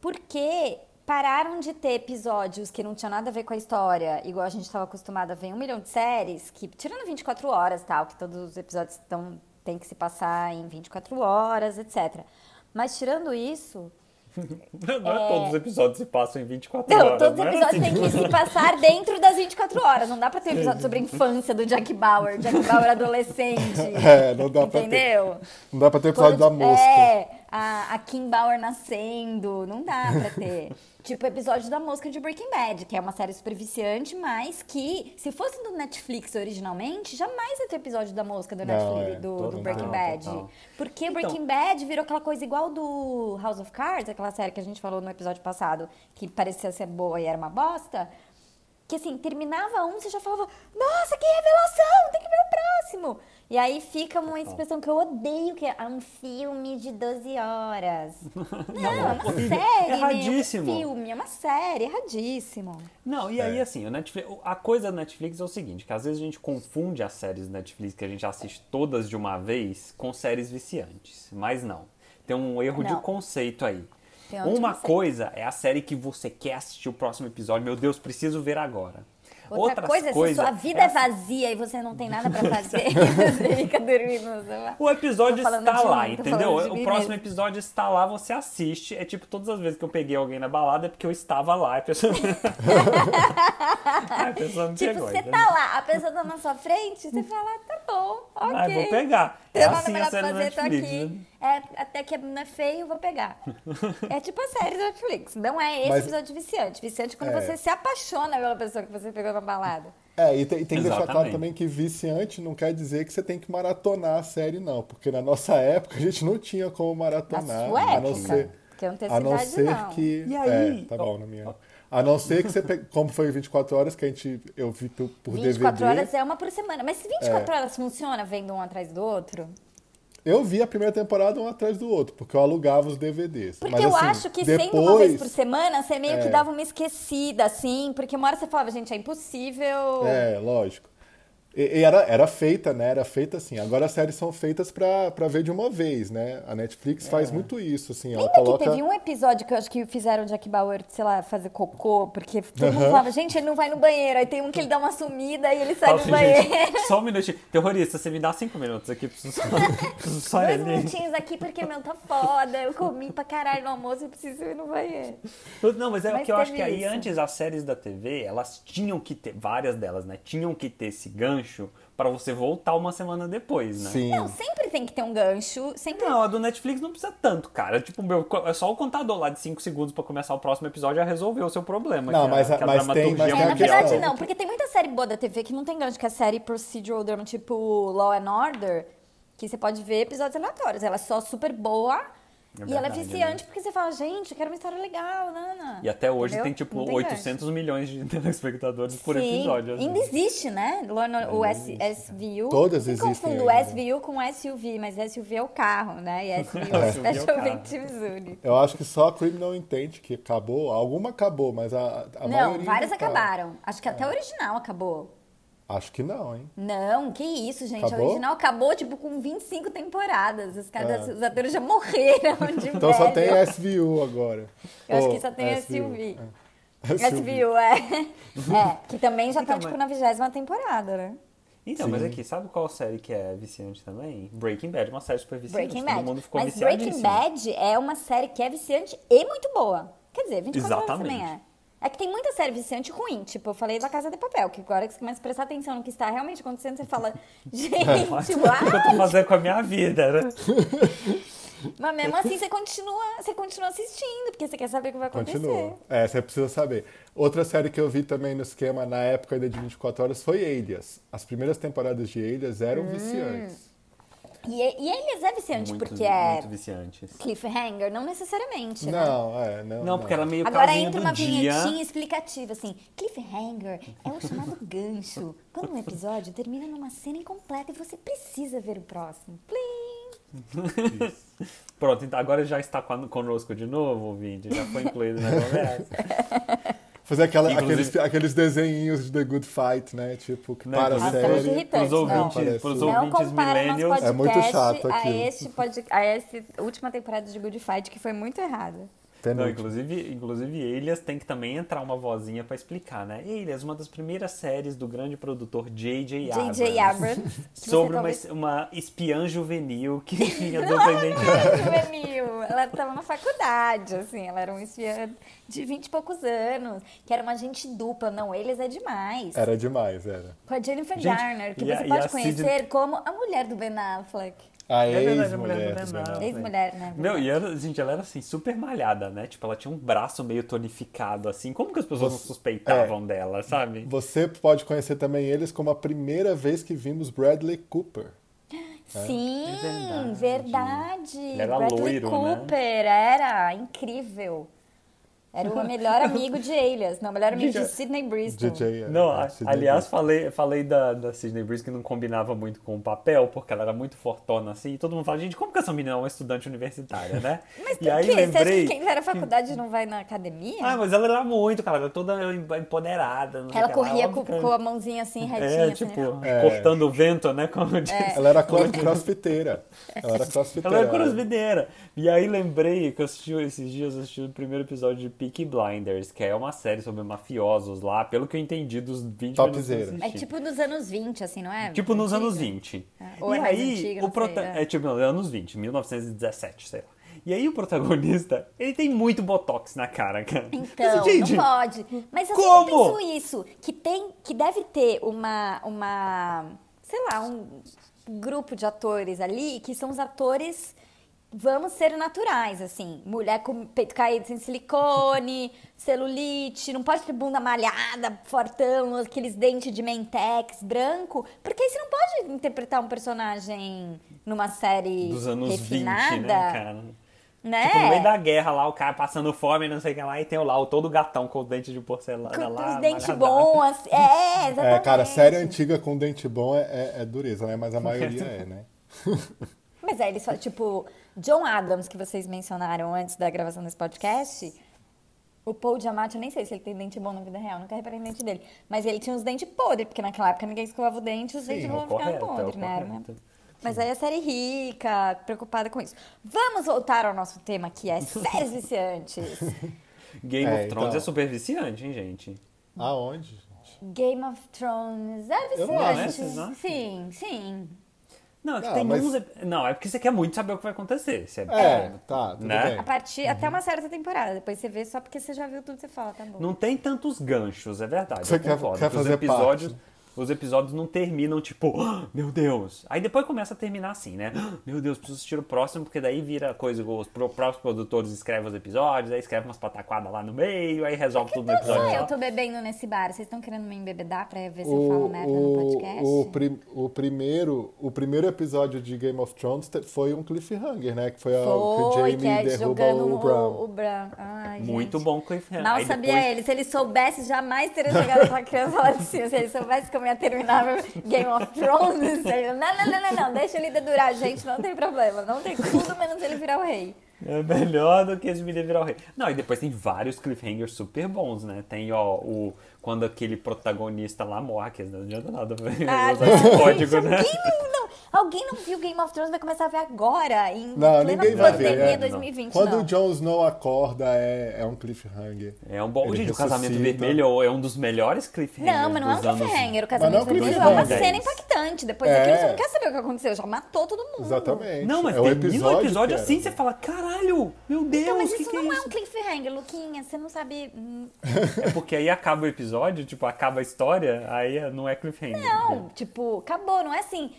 [SPEAKER 1] porque pararam de ter episódios que não tinham nada a ver com a história, igual a gente estava acostumado a ver em um milhão de séries, que tirando 24 horas tal, que todos os episódios tão, tem que se passar em 24 horas, etc. Mas tirando isso,
[SPEAKER 2] Não é todos os episódios se passam em 24
[SPEAKER 1] não,
[SPEAKER 2] horas.
[SPEAKER 1] todos os
[SPEAKER 3] né?
[SPEAKER 2] não é
[SPEAKER 1] episódios
[SPEAKER 2] assim?
[SPEAKER 1] têm que se passar dentro das 24 horas. Não dá pra ter um episódio sobre a infância do Jack Bauer, Jack Bauer adolescente.
[SPEAKER 3] <laughs> É, não dá pra ter.
[SPEAKER 1] Entendeu?
[SPEAKER 3] Não dá pra ter episódio da
[SPEAKER 1] Quando-
[SPEAKER 3] mosca.
[SPEAKER 1] É, a, a Kim Bauer nascendo. Não dá pra ter. tipo, o episódio da mosca de Breaking Bad, que é uma série super viciante, mas que, se fosse do Netflix originalmente, jamais ia ter episódio da mosca do,
[SPEAKER 3] Não,
[SPEAKER 1] Netflix,
[SPEAKER 3] é,
[SPEAKER 1] do, do
[SPEAKER 2] total,
[SPEAKER 1] Breaking Bad.
[SPEAKER 2] total.
[SPEAKER 1] Porque Breaking Bad virou aquela coisa igual do House of Cards, aquela série que a gente falou no episódio passado, que parecia ser boa e era uma bosta. Que assim, terminava um, você já falava, nossa, que revelação, tem que ver o próximo. E aí fica uma expressão que eu odeio, que é "Ah, um filme de 12 horas. <laughs> Não, é uma série, né?
[SPEAKER 2] erradíssimo.
[SPEAKER 1] É um filme, é uma série, erradíssimo.
[SPEAKER 2] Não, e aí assim, o Netflix, a coisa da Netflix é o seguinte, que às vezes a gente confunde as séries do Netflix que a gente assiste todas de uma vez com séries viciantes, mas não. Tem um erro de
[SPEAKER 1] Não.
[SPEAKER 2] conceito aí.
[SPEAKER 1] Tem outro
[SPEAKER 2] Uma
[SPEAKER 1] conceito.
[SPEAKER 2] coisa é a série que você quer assistir o próximo episódio, meu Deus, preciso ver agora.
[SPEAKER 1] Outra
[SPEAKER 2] Outras
[SPEAKER 1] coisa, se
[SPEAKER 2] coisas
[SPEAKER 1] sua vida é,
[SPEAKER 2] é
[SPEAKER 1] vazia e você não tem nada pra fazer, <laughs> você fica dormindo no celular.
[SPEAKER 2] O episódio
[SPEAKER 1] Tô falando
[SPEAKER 2] está
[SPEAKER 1] de
[SPEAKER 2] lá,
[SPEAKER 1] mim, tô
[SPEAKER 2] entendeu?
[SPEAKER 1] falando de
[SPEAKER 2] O
[SPEAKER 1] mim
[SPEAKER 2] próximo
[SPEAKER 1] mesmo.
[SPEAKER 2] episódio está lá, você assiste. É tipo, todas as vezes que eu peguei alguém na balada é porque eu estava lá. A pessoa, <laughs> Ai, a pessoa me
[SPEAKER 1] Tipo,
[SPEAKER 2] pegou.
[SPEAKER 1] você
[SPEAKER 2] entendeu?
[SPEAKER 1] tá lá, a pessoa tá na sua frente, você fala, tá bom, ok.
[SPEAKER 2] Ah, vou pegar.
[SPEAKER 1] Tem
[SPEAKER 2] É
[SPEAKER 1] nada
[SPEAKER 2] assim a
[SPEAKER 1] melhor pra
[SPEAKER 2] série do
[SPEAKER 1] fazer, tô
[SPEAKER 2] Netflix, né?
[SPEAKER 1] aqui. É, até que não é feio, vou
[SPEAKER 2] <laughs>
[SPEAKER 1] pegar. é tipo a série do Netflix. Não é esse
[SPEAKER 3] Mas-
[SPEAKER 1] episódio viciante. Viciante é quando
[SPEAKER 3] É.
[SPEAKER 1] você se apaixona pela pessoa que você pegou na balada.
[SPEAKER 3] É, e tem, e tem que deixar claro
[SPEAKER 2] Exatamente.
[SPEAKER 3] também que viciante não quer dizer que você tem que maratonar a série, não. Porque na nossa <laughs> época a gente não tinha como
[SPEAKER 1] Na
[SPEAKER 3] maratonar.
[SPEAKER 1] sua
[SPEAKER 3] a não
[SPEAKER 1] época.
[SPEAKER 3] ser,
[SPEAKER 1] que eu não tenho
[SPEAKER 3] a não
[SPEAKER 1] cidade,
[SPEAKER 3] ser
[SPEAKER 1] não.
[SPEAKER 3] que.
[SPEAKER 2] E aí?
[SPEAKER 3] É, tá bom, na minha. A não ser que você. Pegue, <laughs> como foi 24 horas, que a gente, eu vi por, por
[SPEAKER 1] 24
[SPEAKER 3] DVD.
[SPEAKER 1] horas é uma por semana. Mas se
[SPEAKER 2] É.
[SPEAKER 1] 24 horas funciona vendo um atrás do outro?
[SPEAKER 3] Eu vi a primeira temporada um atrás do outro, porque eu alugava os DVDs.
[SPEAKER 1] Porque
[SPEAKER 3] Mas,
[SPEAKER 1] eu
[SPEAKER 3] assim,
[SPEAKER 1] acho que
[SPEAKER 3] depois,
[SPEAKER 1] sendo uma vez por semana, você meio
[SPEAKER 3] É.
[SPEAKER 1] que dava uma esquecida, assim. Porque uma hora você falava, gente, é impossível.
[SPEAKER 3] É, lógico. E, e era, era feita, né? Era feita assim. Agora as séries são feitas pra, pra ver de uma vez, né? A Netflix faz muito isso, assim. Ela
[SPEAKER 1] É. Lembra
[SPEAKER 3] coloca.
[SPEAKER 1] que teve um episódio que eu acho que fizeram Jack Bauer, sei lá, fazer cocô, porque todo mundo falava, gente, ele não vai no banheiro. Aí tem um que ele dá uma sumida e ele sai do
[SPEAKER 2] Fala assim,
[SPEAKER 1] banheiro.
[SPEAKER 2] gente, só um minutinho. Terrorista, você me dá cinco minutos aqui, preciso
[SPEAKER 1] <laughs>
[SPEAKER 2] só, preciso só ir
[SPEAKER 1] Dois
[SPEAKER 2] ali.
[SPEAKER 1] minutinhos aqui porque meu tá foda. Eu comi pra caralho no almoço e preciso ir no banheiro.
[SPEAKER 2] Não, mas é
[SPEAKER 1] Mas
[SPEAKER 2] que eu acho que
[SPEAKER 1] teve
[SPEAKER 2] aí
[SPEAKER 1] isso.
[SPEAKER 2] antes as séries da TV, elas tinham que ter, várias delas, né? Tinham que ter esse gancho pra você voltar uma semana depois, né?
[SPEAKER 3] Sim.
[SPEAKER 1] Não, sempre tem que ter um gancho. Sempre.
[SPEAKER 2] Não, a do Netflix não precisa tanto, cara. Tipo, meu, é só o contador lá de 5 segundos pra começar o próximo episódio já resolveu o seu problema.
[SPEAKER 3] Não,
[SPEAKER 2] que
[SPEAKER 3] mas
[SPEAKER 2] a,
[SPEAKER 3] a-
[SPEAKER 2] que a
[SPEAKER 3] mas tem-
[SPEAKER 2] dramaturgia
[SPEAKER 3] mas
[SPEAKER 1] É,
[SPEAKER 3] tem a
[SPEAKER 1] na
[SPEAKER 2] mundial-
[SPEAKER 1] verdade
[SPEAKER 3] questão.
[SPEAKER 1] não, porque tem muita série boa da TV que não tem gancho, que é série procedural drama, tipo Law and Order, que você pode ver episódios aleatórios. Ela é só super boa
[SPEAKER 2] É
[SPEAKER 1] e ela é
[SPEAKER 2] verdade,
[SPEAKER 1] viciante porque você fala, gente, eu quero uma história legal, nana.
[SPEAKER 2] E até hoje
[SPEAKER 1] Entendeu?
[SPEAKER 2] tem
[SPEAKER 1] Não
[SPEAKER 2] tipo
[SPEAKER 1] tem gancho.
[SPEAKER 2] 800 milhões de <laughs> telespectadores por
[SPEAKER 1] Sim,
[SPEAKER 2] episódio. assim.
[SPEAKER 1] Ainda existe, né? Law and Order, o S- SVU.
[SPEAKER 3] Todas
[SPEAKER 1] Eu
[SPEAKER 3] existem
[SPEAKER 1] confundo
[SPEAKER 3] ainda.
[SPEAKER 1] SVU com SUV, mas SUV é o carro, né? E SVU
[SPEAKER 2] <laughs> É.
[SPEAKER 1] é o
[SPEAKER 2] SUV é o
[SPEAKER 1] Special
[SPEAKER 2] carro.
[SPEAKER 1] Victims Unit.
[SPEAKER 3] Eu acho que só a Criminal Intent que acabou. Alguma acabou, mas a, a maioria. É.
[SPEAKER 1] Não,
[SPEAKER 3] ainda
[SPEAKER 1] várias
[SPEAKER 3] tá.
[SPEAKER 1] acabaram. Acho que até o original acabou.
[SPEAKER 3] Acho que não, hein?
[SPEAKER 1] Não, que isso, gente.
[SPEAKER 3] Acabou?
[SPEAKER 1] O original acabou, tipo, com 25 temporadas. Os, caras,
[SPEAKER 3] Ah.
[SPEAKER 1] os atores já morreram
[SPEAKER 3] <laughs>
[SPEAKER 1] de
[SPEAKER 3] Então só tem
[SPEAKER 1] velho.
[SPEAKER 3] SVU agora.
[SPEAKER 1] Eu acho
[SPEAKER 3] Ou
[SPEAKER 1] que só tem SUV.
[SPEAKER 3] É.
[SPEAKER 1] SVU, é.
[SPEAKER 3] <laughs>
[SPEAKER 1] É, que também já
[SPEAKER 2] Então,
[SPEAKER 1] tá, tipo,
[SPEAKER 2] mas-
[SPEAKER 1] na vigésima temporada, né?
[SPEAKER 2] Então, mas aqui, sabe qual série que é viciante também? Breaking Bad, uma série super viciante. tipo,
[SPEAKER 1] Breaking
[SPEAKER 2] Todo
[SPEAKER 1] Bad.
[SPEAKER 2] <laughs> mundo ficou
[SPEAKER 1] Mas
[SPEAKER 2] viciadíssimo.
[SPEAKER 1] Breaking Bad é uma série que é viciante e muito boa. Quer dizer, 24
[SPEAKER 2] Exatamente.
[SPEAKER 1] horas também é. É que tem muita série viciante ruim, tipo, eu falei da Casa de Papel, que agora que você começa a prestar atenção no que está realmente acontecendo, você
[SPEAKER 2] <laughs>
[SPEAKER 1] fala, gente,
[SPEAKER 2] Olha o que eu tô
[SPEAKER 1] uau!
[SPEAKER 2] fazendo com a minha vida, né?
[SPEAKER 1] Mas mesmo assim você continua, você continua assistindo, porque você quer saber o que vai acontecer.
[SPEAKER 3] Continua. É, você precisa saber. Outra série que eu vi também no esquema na época ainda de 24 horas foi Elias. As primeiras temporadas de Elias
[SPEAKER 1] Hum.
[SPEAKER 3] eram viciantes.
[SPEAKER 1] E, e eles é viciante,
[SPEAKER 2] Muito,
[SPEAKER 1] porque é
[SPEAKER 2] muito viciantes.
[SPEAKER 1] cliffhanger, não necessariamente, né?
[SPEAKER 3] Não, é, não.
[SPEAKER 2] Não, porque era meio
[SPEAKER 1] Agora
[SPEAKER 2] casinho
[SPEAKER 1] entra uma
[SPEAKER 2] do dia.
[SPEAKER 1] vinhetinha explicativa, assim. Cliffhanger é o chamado <laughs> gancho. Quando um episódio termina numa cena incompleta e você precisa ver o próximo. Plim!
[SPEAKER 2] <laughs> Pronto, então agora já está com a- conosco de novo, ouvinte. Já foi incluído
[SPEAKER 1] <laughs>
[SPEAKER 2] na conversa.
[SPEAKER 3] Fazer aquela-
[SPEAKER 2] Inclusive-
[SPEAKER 3] aqueles, aqueles desenhinhos de The Good Fight, né? Tipo, que
[SPEAKER 2] Não,
[SPEAKER 3] para a
[SPEAKER 2] inclusive-
[SPEAKER 1] Nossa, é muito
[SPEAKER 3] série.
[SPEAKER 1] irritante.
[SPEAKER 2] Para os ouvintes,
[SPEAKER 3] Não.
[SPEAKER 2] pros
[SPEAKER 3] Não
[SPEAKER 1] Não
[SPEAKER 2] ouvintes
[SPEAKER 1] compara nosso
[SPEAKER 2] millennials,
[SPEAKER 1] podcast
[SPEAKER 3] É muito chato
[SPEAKER 1] a,
[SPEAKER 3] aquilo.
[SPEAKER 1] este pod- a essa última temporada de Good Fight, que foi muito errada.
[SPEAKER 2] Não,
[SPEAKER 3] Penúltimo.
[SPEAKER 2] inclusive, inclusive, Elias tem que também entrar uma vozinha pra explicar, né? Elias, uma das primeiras séries do grande produtor J.J. Abrams.
[SPEAKER 1] J.J. Abrams.
[SPEAKER 2] <laughs>
[SPEAKER 1] que você
[SPEAKER 2] Sobre uma,
[SPEAKER 1] talvez-
[SPEAKER 2] uma espiã
[SPEAKER 1] <laughs>
[SPEAKER 2] juvenil que tinha dupla identidade.
[SPEAKER 1] juvenil. Ela tava na faculdade, assim, ela era um espiã de 20 e poucos anos, que era uma gente dupla. Não, eles é demais.
[SPEAKER 3] Era demais, era.
[SPEAKER 1] Com a Jennifer
[SPEAKER 2] Gente,
[SPEAKER 1] Garner, que
[SPEAKER 2] e a-
[SPEAKER 1] você
[SPEAKER 2] e
[SPEAKER 1] pode
[SPEAKER 2] a
[SPEAKER 1] conhecer
[SPEAKER 2] Cid-
[SPEAKER 1] como a mulher do Ben Affleck.
[SPEAKER 3] A
[SPEAKER 2] É verdade, a mulher do
[SPEAKER 3] ex-mulher tá
[SPEAKER 2] Ben
[SPEAKER 3] do Ben
[SPEAKER 2] Affleck.
[SPEAKER 3] Affleck.
[SPEAKER 1] Ex-mulher, né?
[SPEAKER 2] Não, e ela, gente, ela era assim, super malhada, né? Tipo, ela tinha um braço meio tonificado, assim. Como que as pessoas não
[SPEAKER 3] Você- é.
[SPEAKER 2] suspeitavam dela, sabe?
[SPEAKER 3] Você pode conhecer também eles como a primeira vez que vimos Bradley Cooper.
[SPEAKER 1] Sim,
[SPEAKER 2] É verdade.
[SPEAKER 1] verdade.
[SPEAKER 2] Ele era
[SPEAKER 1] Bradley
[SPEAKER 2] loiro, né?
[SPEAKER 1] Cooper, era incrível. Era o
[SPEAKER 2] <laughs>
[SPEAKER 1] melhor amigo de Elias, não, o melhor amigo de
[SPEAKER 2] Gente,
[SPEAKER 1] Sidney Bristol.
[SPEAKER 3] DJ. é,
[SPEAKER 2] Não,
[SPEAKER 3] é,
[SPEAKER 2] a-
[SPEAKER 3] Sidney
[SPEAKER 2] aliás,
[SPEAKER 3] Lumet.
[SPEAKER 2] falei, falei da, da Sidney Breeze que não combinava muito com o papel, porque ela era muito fortona, assim, e todo mundo fala, gente, como que essa menina é uma estudante universitária, né?
[SPEAKER 1] <laughs> Mas por
[SPEAKER 2] e aí
[SPEAKER 1] quê? Você acha que
[SPEAKER 2] lembrei.
[SPEAKER 1] quem vai na faculdade não vai na academia?
[SPEAKER 2] Ah, mas ela era muito, cara, ela era toda empoderada. não sei o
[SPEAKER 1] Ela
[SPEAKER 2] que lá,
[SPEAKER 1] corria com,
[SPEAKER 2] óbvio que-
[SPEAKER 1] com a mãozinha assim, retinha.
[SPEAKER 2] É,
[SPEAKER 1] assim,
[SPEAKER 2] tipo,
[SPEAKER 1] né? É.
[SPEAKER 3] É.
[SPEAKER 2] cortando o vento, né? Como diz.
[SPEAKER 3] Ela era cro- crossfiteira. Ela era crossfiteira.
[SPEAKER 2] Ela era crossfiteira. E aí lembrei que eu assisti esses dias, eu assisti o primeiro episódio de Peaky Blinders, que é uma série sobre mafiosos lá, pelo que eu entendi dos 20
[SPEAKER 3] Topzera.
[SPEAKER 2] minutos que eu
[SPEAKER 1] É
[SPEAKER 2] assisti.
[SPEAKER 1] tipo nos anos 20, assim, não é?
[SPEAKER 2] Tipo nos
[SPEAKER 1] Antiga.
[SPEAKER 2] anos 20.
[SPEAKER 1] Ou
[SPEAKER 2] e
[SPEAKER 1] é mais
[SPEAKER 2] aí,
[SPEAKER 1] antiga,
[SPEAKER 2] o
[SPEAKER 1] não
[SPEAKER 2] prota...
[SPEAKER 1] sei, né?
[SPEAKER 2] É tipo anos 20, 1917, sei lá. E aí o protagonista, ele tem muito botox na cara, cara.
[SPEAKER 1] Então,
[SPEAKER 2] Mas, gente,
[SPEAKER 1] não pode. Mas eu
[SPEAKER 2] como?
[SPEAKER 1] sempre penso isso, que tem, que deve ter uma, uma, sei lá, um grupo de atores ali que são os atores vamos ser naturais, assim, mulher com peito caído sem silicone, <laughs> celulite, não pode ter bunda malhada, fortão, aqueles dentes de mentex branco, porque aí você não pode interpretar um personagem numa série
[SPEAKER 2] Dos anos 20, né,
[SPEAKER 1] refinada,
[SPEAKER 2] cara?
[SPEAKER 1] né?
[SPEAKER 2] Tipo, no meio da guerra lá, o cara passando fome, não sei o que lá, e tem lá o todo gatão com o dente de porcelana
[SPEAKER 1] Com
[SPEAKER 2] lá.
[SPEAKER 1] os dentes
[SPEAKER 2] malhadão.
[SPEAKER 1] bons, assim.
[SPEAKER 2] <laughs>
[SPEAKER 1] É, exatamente.
[SPEAKER 3] É, cara, série antiga com dente bom é, é- é dureza, né? Mas a maioria é, né? <laughs>
[SPEAKER 1] Mas aí ele só, tipo, John Adams, que vocês mencionaram antes da gravação desse podcast. O Paul Giamatti, eu nem sei se ele tem dente bom na vida real, nunca reparei no dente dele. Mas ele tinha os dentes podres, porque naquela época ninguém escovava o dente, os dentes
[SPEAKER 2] é o
[SPEAKER 1] vão
[SPEAKER 2] correto,
[SPEAKER 1] ficar
[SPEAKER 2] é o
[SPEAKER 1] podres, né? Era uma-
[SPEAKER 2] correto.
[SPEAKER 1] Mas aí a série rica, preocupada com isso. Vamos voltar ao nosso tema, que é séries
[SPEAKER 2] <laughs>
[SPEAKER 1] viciantes.
[SPEAKER 2] Game
[SPEAKER 3] É,
[SPEAKER 2] of Thrones
[SPEAKER 3] então.
[SPEAKER 2] é super viciante, hein, gente?
[SPEAKER 3] Aonde? gente?
[SPEAKER 1] Game of Thrones é
[SPEAKER 3] Eu não acho,
[SPEAKER 1] viciante.
[SPEAKER 2] vocês não acham?
[SPEAKER 1] Sim, sim.
[SPEAKER 2] Não, é que
[SPEAKER 3] Não,
[SPEAKER 2] tem
[SPEAKER 3] mas-
[SPEAKER 2] uns. ep- Não, é porque você quer muito saber o que vai acontecer. Você
[SPEAKER 3] É, tá, tudo
[SPEAKER 2] Né?
[SPEAKER 1] A
[SPEAKER 3] bem.
[SPEAKER 1] partir até
[SPEAKER 3] Uhum.
[SPEAKER 1] uma certa temporada. Depois você vê só porque você já viu tudo você fala, tá bom.
[SPEAKER 2] Não tem tantos ganchos, é verdade.
[SPEAKER 3] Você
[SPEAKER 2] eu
[SPEAKER 3] quer-
[SPEAKER 2] concordo,
[SPEAKER 3] quer
[SPEAKER 2] que os
[SPEAKER 3] fazer
[SPEAKER 2] episódios,
[SPEAKER 3] parte.
[SPEAKER 2] Os episódios não terminam tipo, "Ah, meu Deus. Aí depois começa a terminar assim, né? "Ah, Meu Deus, preciso assistir o próximo, porque daí vira coisa, os pro- próprios produtores escrevem os episódios, aí escrevem umas pataquadas lá no meio, aí resolve tudo no
[SPEAKER 1] Só
[SPEAKER 2] episódio.
[SPEAKER 1] É eu
[SPEAKER 2] só.
[SPEAKER 1] tô bebendo nesse bar. Vocês estão querendo me embebedar pra ver se eu falo merda no podcast?
[SPEAKER 3] O, o, prim- o primeiro, o primeiro episódio de Game of Thrones te- foi um cliffhanger, né? Que foi, a- que o
[SPEAKER 1] Foi,
[SPEAKER 3] Jamie
[SPEAKER 1] que é
[SPEAKER 3] derruba
[SPEAKER 1] jogando
[SPEAKER 3] o Brown.
[SPEAKER 1] o, o Bran. Ai,
[SPEAKER 2] Muito
[SPEAKER 1] gente.
[SPEAKER 2] bom cliffhanger.
[SPEAKER 1] Mal
[SPEAKER 2] Aí
[SPEAKER 1] sabia
[SPEAKER 2] depois-
[SPEAKER 1] ele. Se ele soubesse, jamais teria jogado aquela criança lá de cima. Se ele soubesse como ia terminar meu Game of Thrones, ele... não, não, não, não, não, deixa ele dedurar, gente, não tem problema. Não tem tudo, menos ele virar o rei.
[SPEAKER 2] É melhor do que esse menino virar o rei. Não, e depois tem vários cliffhangers super bons, né? Tem, ó, o. Quando aquele protagonista lá morre, que não adianta nada. <laughs>
[SPEAKER 1] Ah,
[SPEAKER 2] usar esse
[SPEAKER 1] não,
[SPEAKER 2] código,
[SPEAKER 1] gente,
[SPEAKER 2] né?
[SPEAKER 1] alguém não- não- Alguém não viu Game of Thrones vai começar a ver agora, em
[SPEAKER 3] Não,
[SPEAKER 1] plena
[SPEAKER 3] ninguém vai ver,
[SPEAKER 1] pandemia
[SPEAKER 3] é.
[SPEAKER 1] 2020,
[SPEAKER 3] Quando
[SPEAKER 1] não.
[SPEAKER 3] o Jon Snow acorda, é, é um cliffhanger.
[SPEAKER 2] É um bom.
[SPEAKER 3] Ele
[SPEAKER 2] Gente, o
[SPEAKER 3] ressuscita.
[SPEAKER 2] Casamento Vermelho é um dos melhores cliffhangers.
[SPEAKER 1] Não, mas não é um
[SPEAKER 2] dos anos-
[SPEAKER 1] cliffhanger. O
[SPEAKER 3] Mas não é
[SPEAKER 1] casamento
[SPEAKER 3] um
[SPEAKER 1] vermelho é uma
[SPEAKER 2] cliffhanger.
[SPEAKER 1] cena impactante. Depois
[SPEAKER 3] É.
[SPEAKER 1] daquilo, você não quer saber o que aconteceu. Já matou todo mundo.
[SPEAKER 3] Exatamente.
[SPEAKER 2] Não, mas
[SPEAKER 3] é o
[SPEAKER 2] termina
[SPEAKER 3] episódio,
[SPEAKER 2] o episódio
[SPEAKER 3] cara.
[SPEAKER 2] assim, você fala, caralho, meu Deus,
[SPEAKER 1] Então, mas
[SPEAKER 2] que
[SPEAKER 1] isso
[SPEAKER 2] que é
[SPEAKER 1] não é,
[SPEAKER 2] isso?
[SPEAKER 1] um cliffhanger, Luquinha. Você não sabe. hum,
[SPEAKER 2] <laughs> É porque aí acaba o episódio, tipo, acaba a história, aí não é cliffhanger.
[SPEAKER 1] Não, tipo, acabou. Não é assim.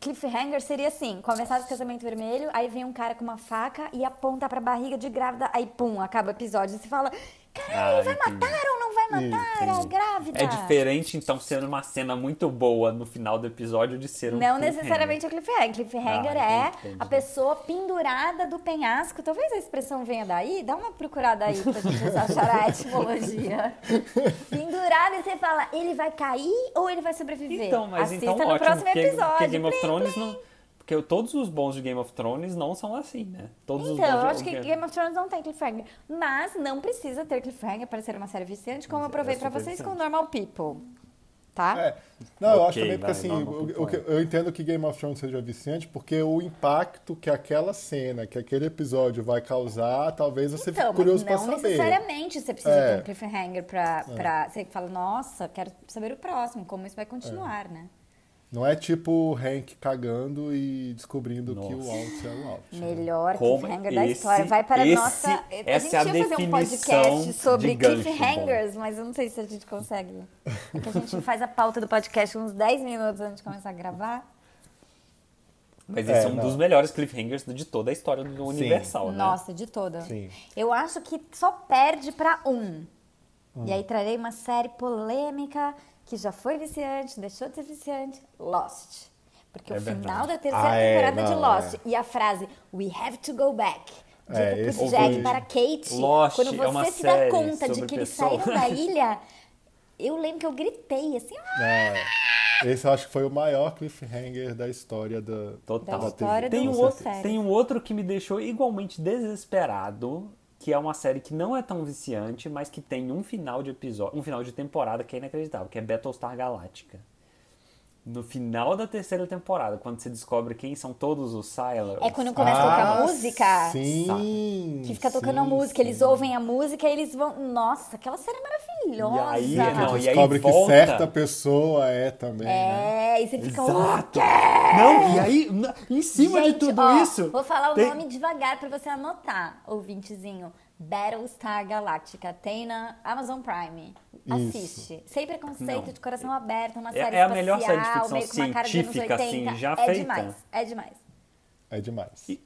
[SPEAKER 1] Cliffhanger seria assim: começar o casamento vermelho, aí vem um cara com uma faca e aponta pra barriga de grávida, aí pum, acaba o episódio. Você fala: caralho,
[SPEAKER 2] Ah,
[SPEAKER 1] vai
[SPEAKER 2] entendi.
[SPEAKER 1] matar ou não vai matar a
[SPEAKER 2] entendi.
[SPEAKER 1] grávida?
[SPEAKER 2] É diferente, então, sendo uma cena muito boa no final do episódio de ser um
[SPEAKER 1] Não
[SPEAKER 2] cliffhanger.
[SPEAKER 1] necessariamente o cliffhanger. Cliffhanger
[SPEAKER 2] Ah,
[SPEAKER 1] é
[SPEAKER 2] entendi.
[SPEAKER 1] a pessoa pendurada do penhasco. Talvez a expressão venha daí. Dá uma procurada aí pra gente
[SPEAKER 2] <laughs>
[SPEAKER 1] achar a etimologia. pendurada e você fala, ele vai cair ou ele vai sobreviver?
[SPEAKER 2] Então, mas
[SPEAKER 1] Assista
[SPEAKER 2] então
[SPEAKER 1] no
[SPEAKER 2] ótimo,
[SPEAKER 1] próximo
[SPEAKER 2] porque,
[SPEAKER 1] episódio.
[SPEAKER 2] porque Game of
[SPEAKER 1] Plim,
[SPEAKER 2] Thrones
[SPEAKER 1] plim.
[SPEAKER 2] não... Porque todos os bons de Game of Thrones não são assim, né? Todos os bons
[SPEAKER 1] Então, eu
[SPEAKER 2] de-
[SPEAKER 1] acho que Game of Thrones não tem cliffhanger. Mas não precisa ter cliffhanger para ser uma série viciante, como eu
[SPEAKER 2] Mas é
[SPEAKER 1] provei pra
[SPEAKER 2] super
[SPEAKER 1] vocês com
[SPEAKER 2] viciante.
[SPEAKER 1] Normal People. Tá?
[SPEAKER 3] É. Não, eu acho
[SPEAKER 2] Ok,
[SPEAKER 3] também porque
[SPEAKER 2] vai,
[SPEAKER 3] assim,
[SPEAKER 2] normal,
[SPEAKER 3] o- o
[SPEAKER 2] concordo.
[SPEAKER 3] que- eu entendo que Game of Thrones seja viciante porque o impacto que aquela cena, que aquele episódio vai causar, talvez você
[SPEAKER 1] Então,
[SPEAKER 3] fique curioso pra
[SPEAKER 1] mas não
[SPEAKER 3] saber.
[SPEAKER 1] necessariamente você precisa
[SPEAKER 3] É.
[SPEAKER 1] ter um cliffhanger pra, pra... Você fala, nossa, quero saber o próximo, como isso vai continuar, né?
[SPEAKER 3] Não é tipo o Hank cagando e descobrindo que o
[SPEAKER 2] Nossa.
[SPEAKER 3] Alt é o Alt.
[SPEAKER 1] Melhor
[SPEAKER 2] Como
[SPEAKER 1] cliffhanger da
[SPEAKER 2] esse-
[SPEAKER 1] história. Vai para a
[SPEAKER 2] esse-
[SPEAKER 1] nossa... A
[SPEAKER 2] essa é a
[SPEAKER 1] gente ia fazer um
[SPEAKER 2] definição
[SPEAKER 1] podcast sobre
[SPEAKER 2] de gancho,
[SPEAKER 1] cliffhangers, mas eu não sei se a gente consegue.
[SPEAKER 3] <laughs>
[SPEAKER 1] É que a gente faz a pauta do podcast uns 10 minutos antes de começar a gravar.
[SPEAKER 2] Mas esse é,
[SPEAKER 3] É,
[SPEAKER 2] um
[SPEAKER 3] não.
[SPEAKER 2] dos melhores cliffhangers de toda a história do Universal, né?
[SPEAKER 1] Nossa, de toda.
[SPEAKER 3] Sim.
[SPEAKER 1] Eu acho que só perde pra um. E aí trarei uma série polêmica que já foi viciante, deixou de ser viciante, Lost. Porque
[SPEAKER 2] É
[SPEAKER 1] o final
[SPEAKER 2] verdade.
[SPEAKER 1] da terceira
[SPEAKER 3] Ah, é,
[SPEAKER 1] temporada de
[SPEAKER 3] não,
[SPEAKER 1] Lost
[SPEAKER 3] é.
[SPEAKER 1] e a frase We have to go back. Dita
[SPEAKER 3] É,
[SPEAKER 1] pro
[SPEAKER 3] esse
[SPEAKER 1] Jack
[SPEAKER 2] foi-
[SPEAKER 1] para Kate.
[SPEAKER 2] Lost
[SPEAKER 1] quando
[SPEAKER 2] é
[SPEAKER 1] você
[SPEAKER 2] uma
[SPEAKER 1] se dá
[SPEAKER 2] série
[SPEAKER 1] conta de
[SPEAKER 2] sobre
[SPEAKER 1] que eles
[SPEAKER 2] pessoas.
[SPEAKER 1] saíram
[SPEAKER 2] <laughs>
[SPEAKER 1] da ilha, eu lembro que eu gritei assim, ah,
[SPEAKER 3] É. Esse eu acho que foi o maior cliffhanger da história da,
[SPEAKER 2] Total.
[SPEAKER 1] Da história
[SPEAKER 2] tem,
[SPEAKER 1] do-
[SPEAKER 2] um
[SPEAKER 1] da
[SPEAKER 2] outro,
[SPEAKER 1] série.
[SPEAKER 2] tem um outro que me deixou igualmente desesperado, que é uma série que não é tão viciante, mas que tem um final de episódio, um final de temporada que é inacreditável, que é Battlestar Galactica. No final da terceira temporada, quando você descobre quem são todos os Silers.
[SPEAKER 1] É quando começa a tocar música.
[SPEAKER 3] Ah, Sim.
[SPEAKER 1] que fica tocando
[SPEAKER 3] sim,
[SPEAKER 1] a música, eles
[SPEAKER 3] sim.
[SPEAKER 1] ouvem a música e eles vão, nossa, aquela série é maravilhosa.
[SPEAKER 2] E aí, não, e aí
[SPEAKER 3] Descobre que
[SPEAKER 2] volta.
[SPEAKER 3] certa pessoa é também. né?
[SPEAKER 1] É, e você fica.
[SPEAKER 2] Exato! Não, e aí, na- em cima
[SPEAKER 1] Gente,
[SPEAKER 2] de tudo
[SPEAKER 1] ó,
[SPEAKER 2] isso.
[SPEAKER 1] Vou falar o
[SPEAKER 2] tem-
[SPEAKER 1] nome devagar pra você anotar, ouvintezinho. Battlestar Galactica. Tem na Amazon Prime.
[SPEAKER 3] Isso.
[SPEAKER 1] Assiste. Sem preconceito,
[SPEAKER 2] Não.
[SPEAKER 1] de coração aberto, uma
[SPEAKER 2] É-
[SPEAKER 1] série
[SPEAKER 2] é a
[SPEAKER 1] espacial,
[SPEAKER 2] melhor série de ficção
[SPEAKER 1] meio com uma cara de anos
[SPEAKER 2] científica,
[SPEAKER 1] 80.
[SPEAKER 2] assim, já
[SPEAKER 1] é
[SPEAKER 2] feita.
[SPEAKER 1] demais, é demais.
[SPEAKER 3] É demais.
[SPEAKER 2] E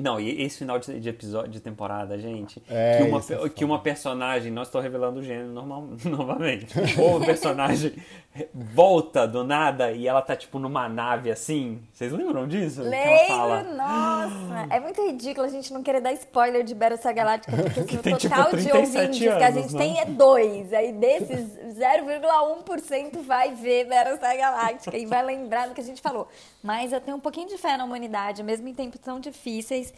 [SPEAKER 2] Não, e esse final de, de episódio de temporada, gente,
[SPEAKER 3] É,
[SPEAKER 2] que, uma,
[SPEAKER 3] isso é
[SPEAKER 2] pe-
[SPEAKER 3] foda.
[SPEAKER 2] que uma personagem, não estou revelando o gênero normal, <laughs> novamente, ou uma personagem re- volta do nada e ela tá tipo numa nave assim. Vocês lembram disso? Que ela fala-
[SPEAKER 1] Lembro, nossa! É muito ridículo a gente não querer dar spoiler de Battlestar Galactica,
[SPEAKER 2] <laughs>
[SPEAKER 1] porque assim, o
[SPEAKER 2] tem, tipo,
[SPEAKER 1] total de
[SPEAKER 2] 37
[SPEAKER 1] ouvintes que a
[SPEAKER 2] anos,
[SPEAKER 1] gente
[SPEAKER 2] né?
[SPEAKER 1] tem é dois. Aí desses, <laughs> 0,1% vai ver Battlestar Galactica e vai lembrar do que a gente falou. Mas eu tenho um pouquinho de fé na humanidade, mesmo em tempos tão difíceis.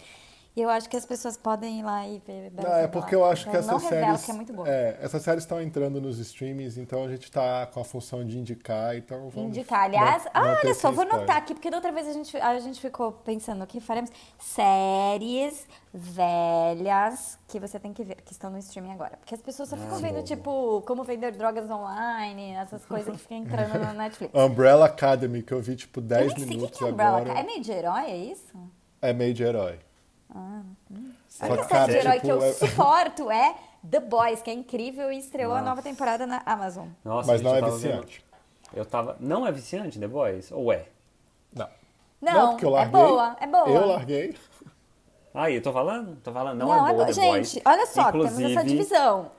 [SPEAKER 1] E eu acho que as pessoas podem ir lá e ver Battlestar
[SPEAKER 3] Não, é porque eu acho
[SPEAKER 1] Galactica.
[SPEAKER 3] que essas
[SPEAKER 1] não revela
[SPEAKER 3] séries.
[SPEAKER 1] que é muito boa.
[SPEAKER 3] é, essas séries estão entrando nos streamings, então a gente tá com a função de indicar, então vamos.
[SPEAKER 1] Indicar, aliás,
[SPEAKER 3] não-
[SPEAKER 1] ah,
[SPEAKER 3] não ter
[SPEAKER 1] olha só,
[SPEAKER 3] esse
[SPEAKER 1] vou
[SPEAKER 3] spoiler.
[SPEAKER 1] anotar aqui, porque da outra vez a gente, a gente ficou pensando o que faremos séries velhas que você tem que ver, que estão no streaming agora. Porque as pessoas
[SPEAKER 3] Ah,
[SPEAKER 1] só ficam vendo, tipo, como vender drogas online, essas coisas que ficam entrando
[SPEAKER 3] <laughs>
[SPEAKER 1] no Netflix.
[SPEAKER 3] Umbrella Academy, que eu vi tipo
[SPEAKER 1] Eu
[SPEAKER 3] 10
[SPEAKER 1] nem sei o que
[SPEAKER 3] minutos
[SPEAKER 1] que é Umbrella
[SPEAKER 3] agora.
[SPEAKER 1] Academy. É meio de herói, é isso?
[SPEAKER 3] É meio de herói.
[SPEAKER 1] A
[SPEAKER 3] Só
[SPEAKER 1] única
[SPEAKER 3] que,
[SPEAKER 1] série de
[SPEAKER 3] cara,
[SPEAKER 1] herói
[SPEAKER 3] tipo,
[SPEAKER 1] Ah, hum. que eu
[SPEAKER 3] é-
[SPEAKER 1] suporto é The Boys, que é incrível e estreou a
[SPEAKER 2] Nossa.
[SPEAKER 1] nova temporada na Amazon.
[SPEAKER 2] Nossa,
[SPEAKER 3] Mas
[SPEAKER 2] gente,
[SPEAKER 3] não
[SPEAKER 2] eu
[SPEAKER 3] é
[SPEAKER 2] tava
[SPEAKER 3] viciante.
[SPEAKER 2] vendo- eu tava. Não é viciante, The Boys? Ou é?
[SPEAKER 3] Não.
[SPEAKER 1] Não,
[SPEAKER 3] porque eu
[SPEAKER 1] é
[SPEAKER 3] larguei.
[SPEAKER 1] boa, é boa.
[SPEAKER 3] Eu larguei.
[SPEAKER 2] Aí, eu tô falando? Tô falando, não,
[SPEAKER 1] Não,
[SPEAKER 2] é boa,
[SPEAKER 1] é bo-
[SPEAKER 2] The Boys.
[SPEAKER 1] Gente, olha só, temos essa
[SPEAKER 2] Inclusive-
[SPEAKER 1] divisão.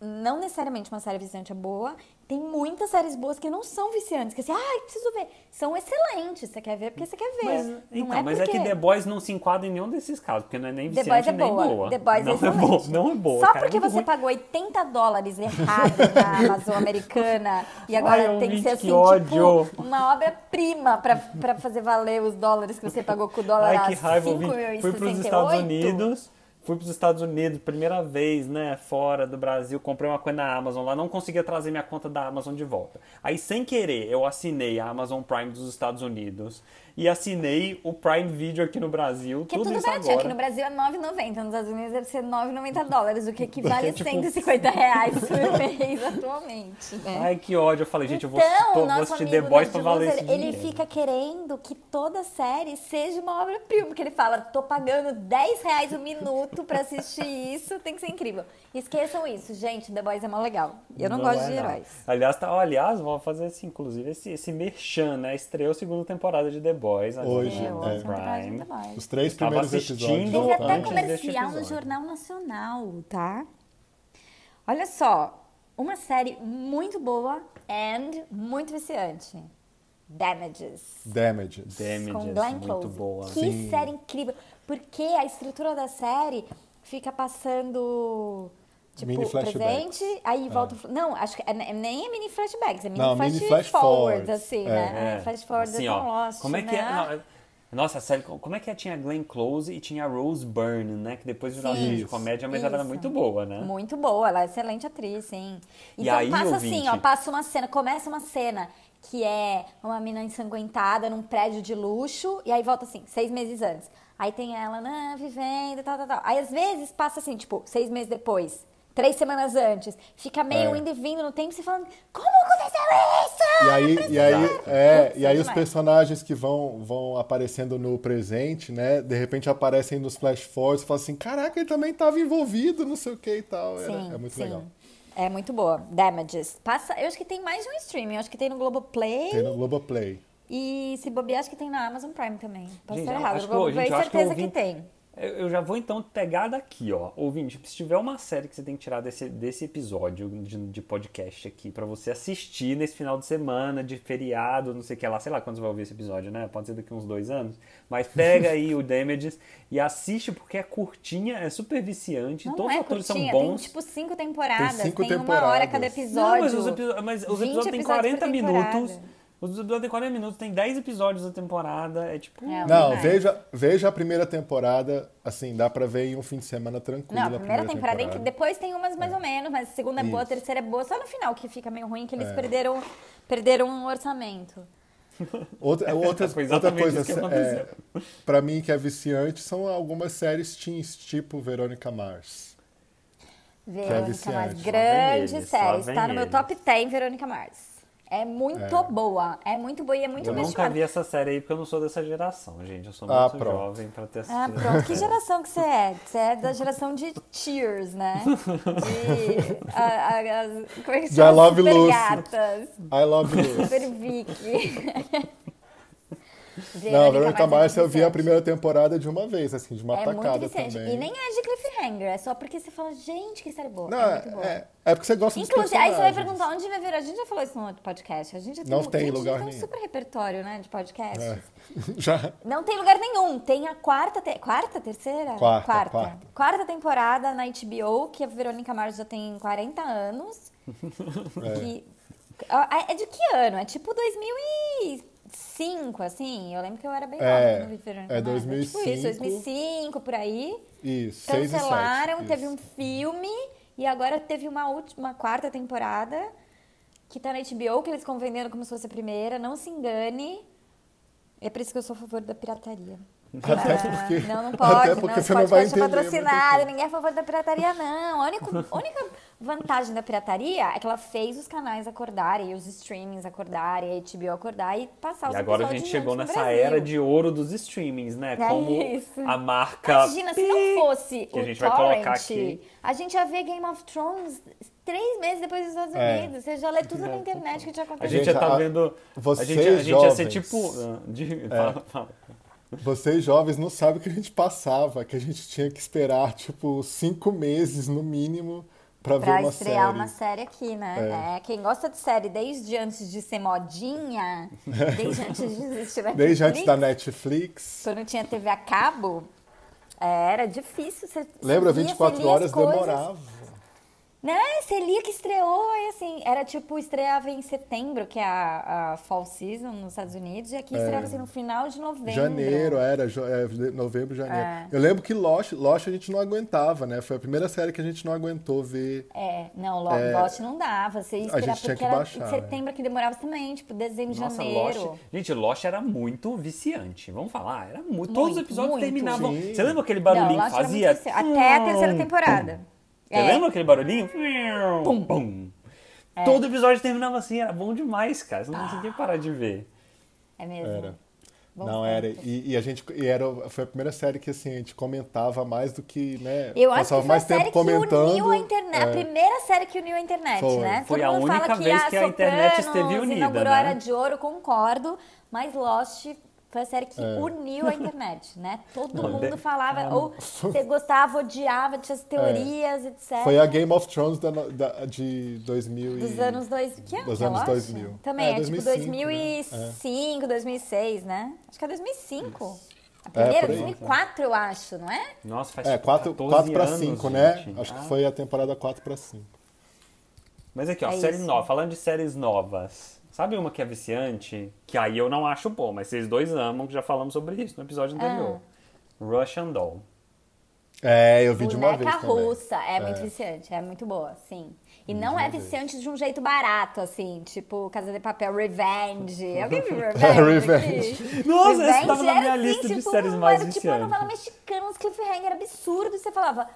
[SPEAKER 1] Não necessariamente uma série viciante é boa. Tem muitas séries boas que não são viciantes. Que assim, ai, preciso ver. São excelentes. Você quer ver porque você quer ver.
[SPEAKER 2] Mas,
[SPEAKER 1] não
[SPEAKER 2] então,
[SPEAKER 1] é
[SPEAKER 2] mas
[SPEAKER 1] porque...
[SPEAKER 2] é que The Boys não se enquadra em nenhum desses casos, porque não é nem
[SPEAKER 1] The
[SPEAKER 2] viciante
[SPEAKER 1] Boys é
[SPEAKER 2] nem
[SPEAKER 1] boa. The Boys
[SPEAKER 2] <laughs> não
[SPEAKER 1] é
[SPEAKER 2] é
[SPEAKER 1] excelente.
[SPEAKER 2] boa. Não é boa.
[SPEAKER 1] Só
[SPEAKER 2] cara, é
[SPEAKER 1] porque
[SPEAKER 2] muito
[SPEAKER 1] você
[SPEAKER 2] ruim.
[SPEAKER 1] pagou 80 dólares errado
[SPEAKER 2] <laughs>
[SPEAKER 1] na Amazon americana e agora
[SPEAKER 2] Ai,
[SPEAKER 1] tem que ser
[SPEAKER 2] ouvinte,
[SPEAKER 1] assim,
[SPEAKER 2] que ódio.
[SPEAKER 1] tipo, uma obra-prima pra, pra fazer valer os dólares que você pagou com o dólar
[SPEAKER 2] Ai, que
[SPEAKER 1] a
[SPEAKER 2] raiva,
[SPEAKER 1] 5
[SPEAKER 2] ouvinte. Fui pros Estados Unidos, Fui para os Estados Unidos, primeira vez, né, fora do Brasil, comprei uma coisa na Amazon lá, não conseguia trazer minha conta da Amazon de volta. Aí, sem querer, eu assinei a Amazon Prime dos Estados Unidos e assinei o Prime Video aqui no Brasil.
[SPEAKER 1] Que é
[SPEAKER 2] tudo
[SPEAKER 1] tudo
[SPEAKER 2] isso
[SPEAKER 1] baratinho.
[SPEAKER 2] agora.
[SPEAKER 1] Aqui no Brasil é 9,90. Nos Estados Unidos deve ser 9,90 dólares,
[SPEAKER 2] <laughs>
[SPEAKER 1] o que equivale a
[SPEAKER 2] Tipo- <laughs>
[SPEAKER 1] 150 reais por mês atualmente. né?
[SPEAKER 2] Ai, que ódio. Eu falei, gente, eu vou,
[SPEAKER 1] então,
[SPEAKER 2] tô, vou
[SPEAKER 1] nosso
[SPEAKER 2] assistir The
[SPEAKER 1] amigo
[SPEAKER 2] Boys
[SPEAKER 1] Ned
[SPEAKER 2] pra valer
[SPEAKER 1] Luzer,
[SPEAKER 2] esse
[SPEAKER 1] ele
[SPEAKER 2] dinheiro.
[SPEAKER 1] fica querendo que toda série seja uma obra-prima, porque ele fala, tô pagando 10 reais o minuto pra assistir isso, tem que ser incrível. Esqueçam isso, gente, The Boys é mó legal. Eu não, gosto
[SPEAKER 2] é,
[SPEAKER 1] de
[SPEAKER 2] não.
[SPEAKER 1] heróis.
[SPEAKER 2] Aliás, tá, aliás, vou fazer assim, inclusive, esse, esse merchan, né? Estreou a segunda temporada de The Boys. agora
[SPEAKER 3] Hoje,
[SPEAKER 2] no
[SPEAKER 3] é.
[SPEAKER 1] Eu amo temporada de
[SPEAKER 2] Prime.
[SPEAKER 1] The Boys. né?
[SPEAKER 3] Os três
[SPEAKER 2] Estava
[SPEAKER 3] primeiros
[SPEAKER 2] assistindo
[SPEAKER 3] episódios.
[SPEAKER 1] Teve
[SPEAKER 3] tá?
[SPEAKER 2] Não,
[SPEAKER 1] até
[SPEAKER 2] antes deste
[SPEAKER 1] comercial no
[SPEAKER 2] episódio.
[SPEAKER 1] Jornal Nacional, tá? Olha só, uma série muito boa and muito viciante. Damages.
[SPEAKER 3] Damage.
[SPEAKER 1] com
[SPEAKER 2] Damages,
[SPEAKER 1] Glenn
[SPEAKER 2] muito
[SPEAKER 1] Close.
[SPEAKER 2] boa.
[SPEAKER 1] Que série incrível. Porque a estrutura da série fica passando. Tipo,
[SPEAKER 3] Mini flashbacks.
[SPEAKER 1] presente, aí volta. o fl- Não, acho que é- é- nem é mini flashbacks, é mini,
[SPEAKER 3] Não,
[SPEAKER 1] flash,
[SPEAKER 3] mini flash
[SPEAKER 1] forward,
[SPEAKER 3] forwards.
[SPEAKER 1] assim,
[SPEAKER 3] É.
[SPEAKER 1] né? É, flash forward
[SPEAKER 2] assim,
[SPEAKER 1] é tão
[SPEAKER 2] ó,
[SPEAKER 1] lost.
[SPEAKER 2] Como é que
[SPEAKER 1] né?
[SPEAKER 2] é? não, é- nossa, sério, co- como é que é? tinha a Glenn Close e tinha a Rose Byrne, né? Que depois virou
[SPEAKER 1] Sim.
[SPEAKER 2] uma atriz de
[SPEAKER 1] Isso.
[SPEAKER 2] comédia, mas ela era
[SPEAKER 1] Isso.
[SPEAKER 2] muito boa, né?
[SPEAKER 1] Muito boa, ela é excelente atriz, sim.
[SPEAKER 2] E
[SPEAKER 1] Então
[SPEAKER 2] aí,
[SPEAKER 1] passa assim,
[SPEAKER 2] ouvinte?
[SPEAKER 1] ó, passa uma cena, começa uma cena que é uma mina ensanguentada num prédio de luxo, e aí volta assim, seis meses antes. Aí tem ela, né, vivendo, tal, tal, tal. Aí às vezes passa assim, tipo, seis meses depois, três semanas antes, fica meio
[SPEAKER 3] É.
[SPEAKER 1] indo e vindo no tempo, você falando, como aconteceu isso?
[SPEAKER 3] E aí, e aí, é, e aí os
[SPEAKER 1] Demais.
[SPEAKER 3] personagens que vão, vão aparecendo no presente, né? De repente aparecem nos flash forwards e falam assim: caraca, ele também estava envolvido, não sei o que e tal. Era- é muito legal.
[SPEAKER 1] É muito boa. Damages. Passa, eu acho que tem mais de um streaming, eu acho que tem no Globoplay.
[SPEAKER 3] Tem no Globoplay.
[SPEAKER 1] E se bobear, acho que tem na Amazon Prime também. Posso
[SPEAKER 2] Gente,
[SPEAKER 1] estar
[SPEAKER 2] eu
[SPEAKER 1] errado.
[SPEAKER 2] acho
[SPEAKER 1] Eu
[SPEAKER 2] que, ô,
[SPEAKER 1] vou
[SPEAKER 2] gente,
[SPEAKER 1] ver
[SPEAKER 2] eu acho que eu
[SPEAKER 1] certeza que,
[SPEAKER 2] ouvi-
[SPEAKER 1] tem.
[SPEAKER 2] Eu eu já vou então pegar daqui, ó. Ouvinte, se tiver uma série que você tem que tirar desse, desse episódio de, de podcast aqui pra você assistir nesse final de semana, de feriado, não sei o que lá, sei lá quando você vai ouvir esse episódio, né? Pode ser daqui uns dois anos. Mas pega aí o Damages <laughs> e assiste porque é curtinha, é super viciante,
[SPEAKER 1] Não
[SPEAKER 2] todos
[SPEAKER 1] é
[SPEAKER 2] os atores
[SPEAKER 1] curtinha,
[SPEAKER 2] são
[SPEAKER 1] tem
[SPEAKER 2] bons.
[SPEAKER 1] tipo cinco temporadas,
[SPEAKER 3] Tem
[SPEAKER 1] tem,
[SPEAKER 3] cinco
[SPEAKER 1] uma hora
[SPEAKER 3] temporadas.
[SPEAKER 1] cada
[SPEAKER 2] Não,
[SPEAKER 1] episódio.
[SPEAKER 2] mas os, episo- mas
[SPEAKER 1] 20
[SPEAKER 2] os episódios
[SPEAKER 1] episódios
[SPEAKER 2] têm
[SPEAKER 1] por
[SPEAKER 2] 40
[SPEAKER 1] temporada.
[SPEAKER 2] minutos. Os episódios têm 40 minutos, tem 10 episódios da temporada. É tipo.
[SPEAKER 1] É, Não,
[SPEAKER 3] Não,
[SPEAKER 1] demais.
[SPEAKER 3] veja, veja a primeira temporada, assim, dá pra ver em um fim de semana tranquilo.
[SPEAKER 1] Não, a primeira temporada, é
[SPEAKER 3] temporada.
[SPEAKER 1] incrível. depois tem umas mais ou menos, mas a segunda é boa, a
[SPEAKER 3] Isso.
[SPEAKER 1] terceira é boa, só no final que fica meio ruim, que eles
[SPEAKER 3] É.
[SPEAKER 1] perderam, perderam um orçamento.
[SPEAKER 3] Outra,
[SPEAKER 2] <laughs>
[SPEAKER 3] outras,
[SPEAKER 2] Foi
[SPEAKER 3] outra
[SPEAKER 2] exatamente
[SPEAKER 3] coisa,
[SPEAKER 2] isso que
[SPEAKER 3] é,
[SPEAKER 2] aconteceu.
[SPEAKER 3] pra mim que é viciante, são algumas séries teens, tipo Verônica Mars.
[SPEAKER 1] Verônica
[SPEAKER 3] viciante.
[SPEAKER 1] Mars,
[SPEAKER 3] Só
[SPEAKER 2] vem
[SPEAKER 1] grande
[SPEAKER 2] eles,
[SPEAKER 1] série,
[SPEAKER 2] só vem
[SPEAKER 1] está no meu
[SPEAKER 2] eles.
[SPEAKER 1] top 10, Verônica Mars. É muito
[SPEAKER 3] É.
[SPEAKER 1] boa, é muito boa e é muito
[SPEAKER 2] Eu nunca
[SPEAKER 1] apaixonada.
[SPEAKER 2] vi essa série aí porque eu não sou dessa geração, gente. Eu sou muito
[SPEAKER 3] Ah, pronto.
[SPEAKER 2] jovem pra ter assistido.
[SPEAKER 1] Ah, pronto. Que geração que você é? Você é da geração de Cheers, né? De. a- a- as- como é que se
[SPEAKER 3] De I
[SPEAKER 1] chama?
[SPEAKER 3] Love
[SPEAKER 1] Super
[SPEAKER 3] Lucy.
[SPEAKER 1] gatas.
[SPEAKER 3] I
[SPEAKER 1] <laughs>
[SPEAKER 3] Love You.
[SPEAKER 1] Super
[SPEAKER 3] <laughs>
[SPEAKER 1] Vicky.
[SPEAKER 3] Não, Verônica
[SPEAKER 1] é
[SPEAKER 3] Mars
[SPEAKER 1] muito
[SPEAKER 3] eu vi a
[SPEAKER 1] viciante.
[SPEAKER 3] primeira temporada de uma vez, assim, de uma
[SPEAKER 1] É muito
[SPEAKER 3] tacada
[SPEAKER 1] viciante.
[SPEAKER 3] também.
[SPEAKER 1] E nem é de cliffhanger, é só porque você fala, gente, que série boa.
[SPEAKER 3] Não,
[SPEAKER 1] é muito boa.
[SPEAKER 3] é, é porque você gosta dos
[SPEAKER 1] Inclusive, aí você vai
[SPEAKER 3] personagens.
[SPEAKER 1] perguntar onde vai ver. A gente já falou isso no outro podcast. A gente já tem,
[SPEAKER 3] Não
[SPEAKER 1] um-
[SPEAKER 3] tem
[SPEAKER 1] gente, já
[SPEAKER 3] lugar
[SPEAKER 1] tem um
[SPEAKER 3] nenhum.
[SPEAKER 1] super repertório, né, de podcasts.
[SPEAKER 3] É. <laughs> Já.
[SPEAKER 1] Não tem lugar nenhum. Tem a quarta, te- quarta, terceira?
[SPEAKER 3] Quarta,
[SPEAKER 1] quarta.
[SPEAKER 3] quarta.
[SPEAKER 1] Quarta temporada na HBO, que a Verônica Mars já tem 40
[SPEAKER 3] <laughs>
[SPEAKER 1] anos.
[SPEAKER 3] É.
[SPEAKER 1] Que- Ah, É de que ano? É tipo 2005, assim. Eu lembro que eu era bem nova
[SPEAKER 3] É,
[SPEAKER 1] quando eu vi Verônica
[SPEAKER 3] é
[SPEAKER 1] Mars. tipo isso,
[SPEAKER 3] 2005.
[SPEAKER 1] por aí.
[SPEAKER 3] Isso, seis e
[SPEAKER 1] Cancelaram,
[SPEAKER 3] sete,
[SPEAKER 1] teve
[SPEAKER 3] isso.
[SPEAKER 1] um filme e agora teve uma última, quarta temporada que tá na HBO, que eles estão vendendo como se fosse a primeira. Não se engane. É por isso que eu sou a favor da pirataria.
[SPEAKER 3] <laughs> Até
[SPEAKER 1] Ah,
[SPEAKER 3] porque-
[SPEAKER 1] não, não
[SPEAKER 3] <laughs> até
[SPEAKER 1] pode,
[SPEAKER 3] porque
[SPEAKER 1] não,
[SPEAKER 3] você
[SPEAKER 1] esse podcast é
[SPEAKER 3] não vai entender muita
[SPEAKER 1] patrocinado, ninguém é a favor da pirataria, não. A única, a única vantagem da pirataria é que ela fez os canais acordarem, os streamings acordarem, a HBO acordar e passar os
[SPEAKER 2] <laughs> E agora a
[SPEAKER 1] episódios
[SPEAKER 2] gente chegou
[SPEAKER 1] antes no
[SPEAKER 2] nessa
[SPEAKER 1] Brasil.
[SPEAKER 2] era de ouro dos streamings, né?
[SPEAKER 1] É
[SPEAKER 2] Como
[SPEAKER 1] isso.
[SPEAKER 2] a marca.
[SPEAKER 1] Imagina, se não fosse
[SPEAKER 2] Que
[SPEAKER 1] o
[SPEAKER 2] a gente vai
[SPEAKER 1] Torrent,
[SPEAKER 2] colocar aqui.
[SPEAKER 1] a gente ia ver Game of Thrones três meses depois dos Estados
[SPEAKER 3] É.
[SPEAKER 1] Unidos. Você já lê tudo na internet que tinha
[SPEAKER 2] A
[SPEAKER 1] acontecido.
[SPEAKER 2] gente
[SPEAKER 3] Gente,
[SPEAKER 2] já tá
[SPEAKER 3] a-
[SPEAKER 2] vendo. a
[SPEAKER 3] vocês
[SPEAKER 2] gente, a gente ia ser
[SPEAKER 3] jovens. É.
[SPEAKER 2] tipo. ah, de- <laughs> fala, fala.
[SPEAKER 3] Vocês jovens não sabem o que a gente passava, que a gente tinha que esperar, tipo, cinco meses no mínimo pra,
[SPEAKER 1] Pra
[SPEAKER 3] ver uma
[SPEAKER 1] estrear
[SPEAKER 3] série.
[SPEAKER 1] uma série aqui, né? É, Quem gosta de série desde antes de ser
[SPEAKER 3] <laughs>
[SPEAKER 1] modinha, desde antes de existir Netflix,
[SPEAKER 3] Desde antes da Netflix.
[SPEAKER 1] quando tinha TV a cabo, é, era difícil. Você,
[SPEAKER 3] Lembra,
[SPEAKER 1] você via,
[SPEAKER 3] 24
[SPEAKER 1] você lia
[SPEAKER 3] horas
[SPEAKER 1] as coisas.
[SPEAKER 3] demorava.
[SPEAKER 1] Né? Celia que estreou, e assim, era tipo, estreava em setembro, que é a, a Fall Season nos Estados Unidos, e aqui estreava assim, no final de novembro.
[SPEAKER 3] É. Janeiro, era, jo- é, de- novembro, janeiro.
[SPEAKER 1] né? É.
[SPEAKER 3] Eu lembro que Lost, Lost a gente não aguentava, né? Foi a primeira série que a gente não aguentou ver.
[SPEAKER 1] É, não, Lo- Lost não dava. Você ia
[SPEAKER 3] A
[SPEAKER 1] esperar
[SPEAKER 3] gente tinha
[SPEAKER 1] porque
[SPEAKER 3] que
[SPEAKER 1] era
[SPEAKER 3] baixar,
[SPEAKER 1] em
[SPEAKER 3] né?
[SPEAKER 1] setembro que demorava também, tipo, dezembro,
[SPEAKER 2] Nossa,
[SPEAKER 1] janeiro.
[SPEAKER 2] Lost. Gente, Lost era muito viciante. Vamos falar, era muito. Todos os
[SPEAKER 1] Muito,
[SPEAKER 2] episódios
[SPEAKER 1] muito.
[SPEAKER 2] terminavam.
[SPEAKER 3] Sim.
[SPEAKER 2] Você lembra aquele
[SPEAKER 1] não,
[SPEAKER 2] barulhinho
[SPEAKER 1] Lost
[SPEAKER 2] que fazia?
[SPEAKER 1] era muito difícil. Até a terceira
[SPEAKER 2] Pum,
[SPEAKER 1] temporada. É,
[SPEAKER 2] Você lembra Tá aquele barulhinho? Pum, pum. Todo episódio terminava assim, era bom demais, cara. Você não
[SPEAKER 1] Ah.
[SPEAKER 2] conseguia parar de ver.
[SPEAKER 1] É mesmo.
[SPEAKER 3] Era.
[SPEAKER 1] Bom
[SPEAKER 3] não
[SPEAKER 1] tempo.
[SPEAKER 3] era. E, e a gente e era, foi a primeira série que assim, a gente comentava mais do que, né?
[SPEAKER 1] Eu acho que
[SPEAKER 3] passava
[SPEAKER 1] foi
[SPEAKER 3] mais
[SPEAKER 1] a
[SPEAKER 3] tempo
[SPEAKER 1] série
[SPEAKER 3] comentando. É.
[SPEAKER 1] que uniu a internet. A primeira série que uniu a internet,
[SPEAKER 3] Foi.
[SPEAKER 1] né?
[SPEAKER 2] Foi
[SPEAKER 1] Todo
[SPEAKER 2] a
[SPEAKER 1] mundo
[SPEAKER 2] única
[SPEAKER 1] fala que
[SPEAKER 2] vez
[SPEAKER 1] a
[SPEAKER 2] que a internet
[SPEAKER 1] Sopranos
[SPEAKER 2] esteve unida,
[SPEAKER 1] inaugurou
[SPEAKER 2] né?
[SPEAKER 1] Era de Ouro, concordo. Mas Lost foi a série que
[SPEAKER 3] É.
[SPEAKER 1] uniu a internet, né? Todo
[SPEAKER 2] Não,
[SPEAKER 1] mundo
[SPEAKER 2] de- Ah,
[SPEAKER 1] falava, ou você gostava, odiava, tinha as teorias, etc.
[SPEAKER 3] É. Foi a Game of Thrones da no- da- de 2000 e-
[SPEAKER 1] Dos anos 2000. Que ano
[SPEAKER 3] Dos
[SPEAKER 1] que é
[SPEAKER 3] anos
[SPEAKER 1] Lost?
[SPEAKER 3] 2000.
[SPEAKER 1] Também, é,
[SPEAKER 3] É,
[SPEAKER 1] tipo
[SPEAKER 3] 2005,
[SPEAKER 1] 2005, 2006, né? Acho que é 2005. A
[SPEAKER 3] É,
[SPEAKER 1] primeira,
[SPEAKER 3] por aí.
[SPEAKER 1] 2004, eu acho, não é?
[SPEAKER 2] Nossa, faz
[SPEAKER 3] É, 4
[SPEAKER 2] 14
[SPEAKER 3] para
[SPEAKER 2] anos,
[SPEAKER 3] 5, né?
[SPEAKER 2] gente.
[SPEAKER 3] Acho
[SPEAKER 2] Ah.
[SPEAKER 3] que foi a temporada 4 para 5.
[SPEAKER 2] Mas aqui, ó,
[SPEAKER 1] É
[SPEAKER 2] série
[SPEAKER 1] isso.
[SPEAKER 2] nova. Falando de séries novas. Sabe uma que é viciante? Que aí eu não acho bom, mas vocês dois amam, que já falamos sobre isso no episódio anterior.
[SPEAKER 1] Ah.
[SPEAKER 2] Russian Doll.
[SPEAKER 3] É, eu vi de uma vez
[SPEAKER 1] Boneca
[SPEAKER 3] também.
[SPEAKER 1] russa. É, muito viciante, é muito boa, sim. E não é viciante de um jeito barato, assim, tipo Casa de Papel
[SPEAKER 2] <laughs>
[SPEAKER 1] Revenge. Alguém viu Revenge?
[SPEAKER 3] É,
[SPEAKER 1] Revenge.
[SPEAKER 2] Nossa, essa
[SPEAKER 1] Revenge
[SPEAKER 2] tava na
[SPEAKER 1] era,
[SPEAKER 2] minha
[SPEAKER 1] assim,
[SPEAKER 2] lista de
[SPEAKER 1] tipo,
[SPEAKER 2] séries
[SPEAKER 1] mano,
[SPEAKER 2] mais
[SPEAKER 1] Tipo, uma
[SPEAKER 2] viciantes.
[SPEAKER 1] novela mexicana, uns cliffhanger absurdos, e você falava,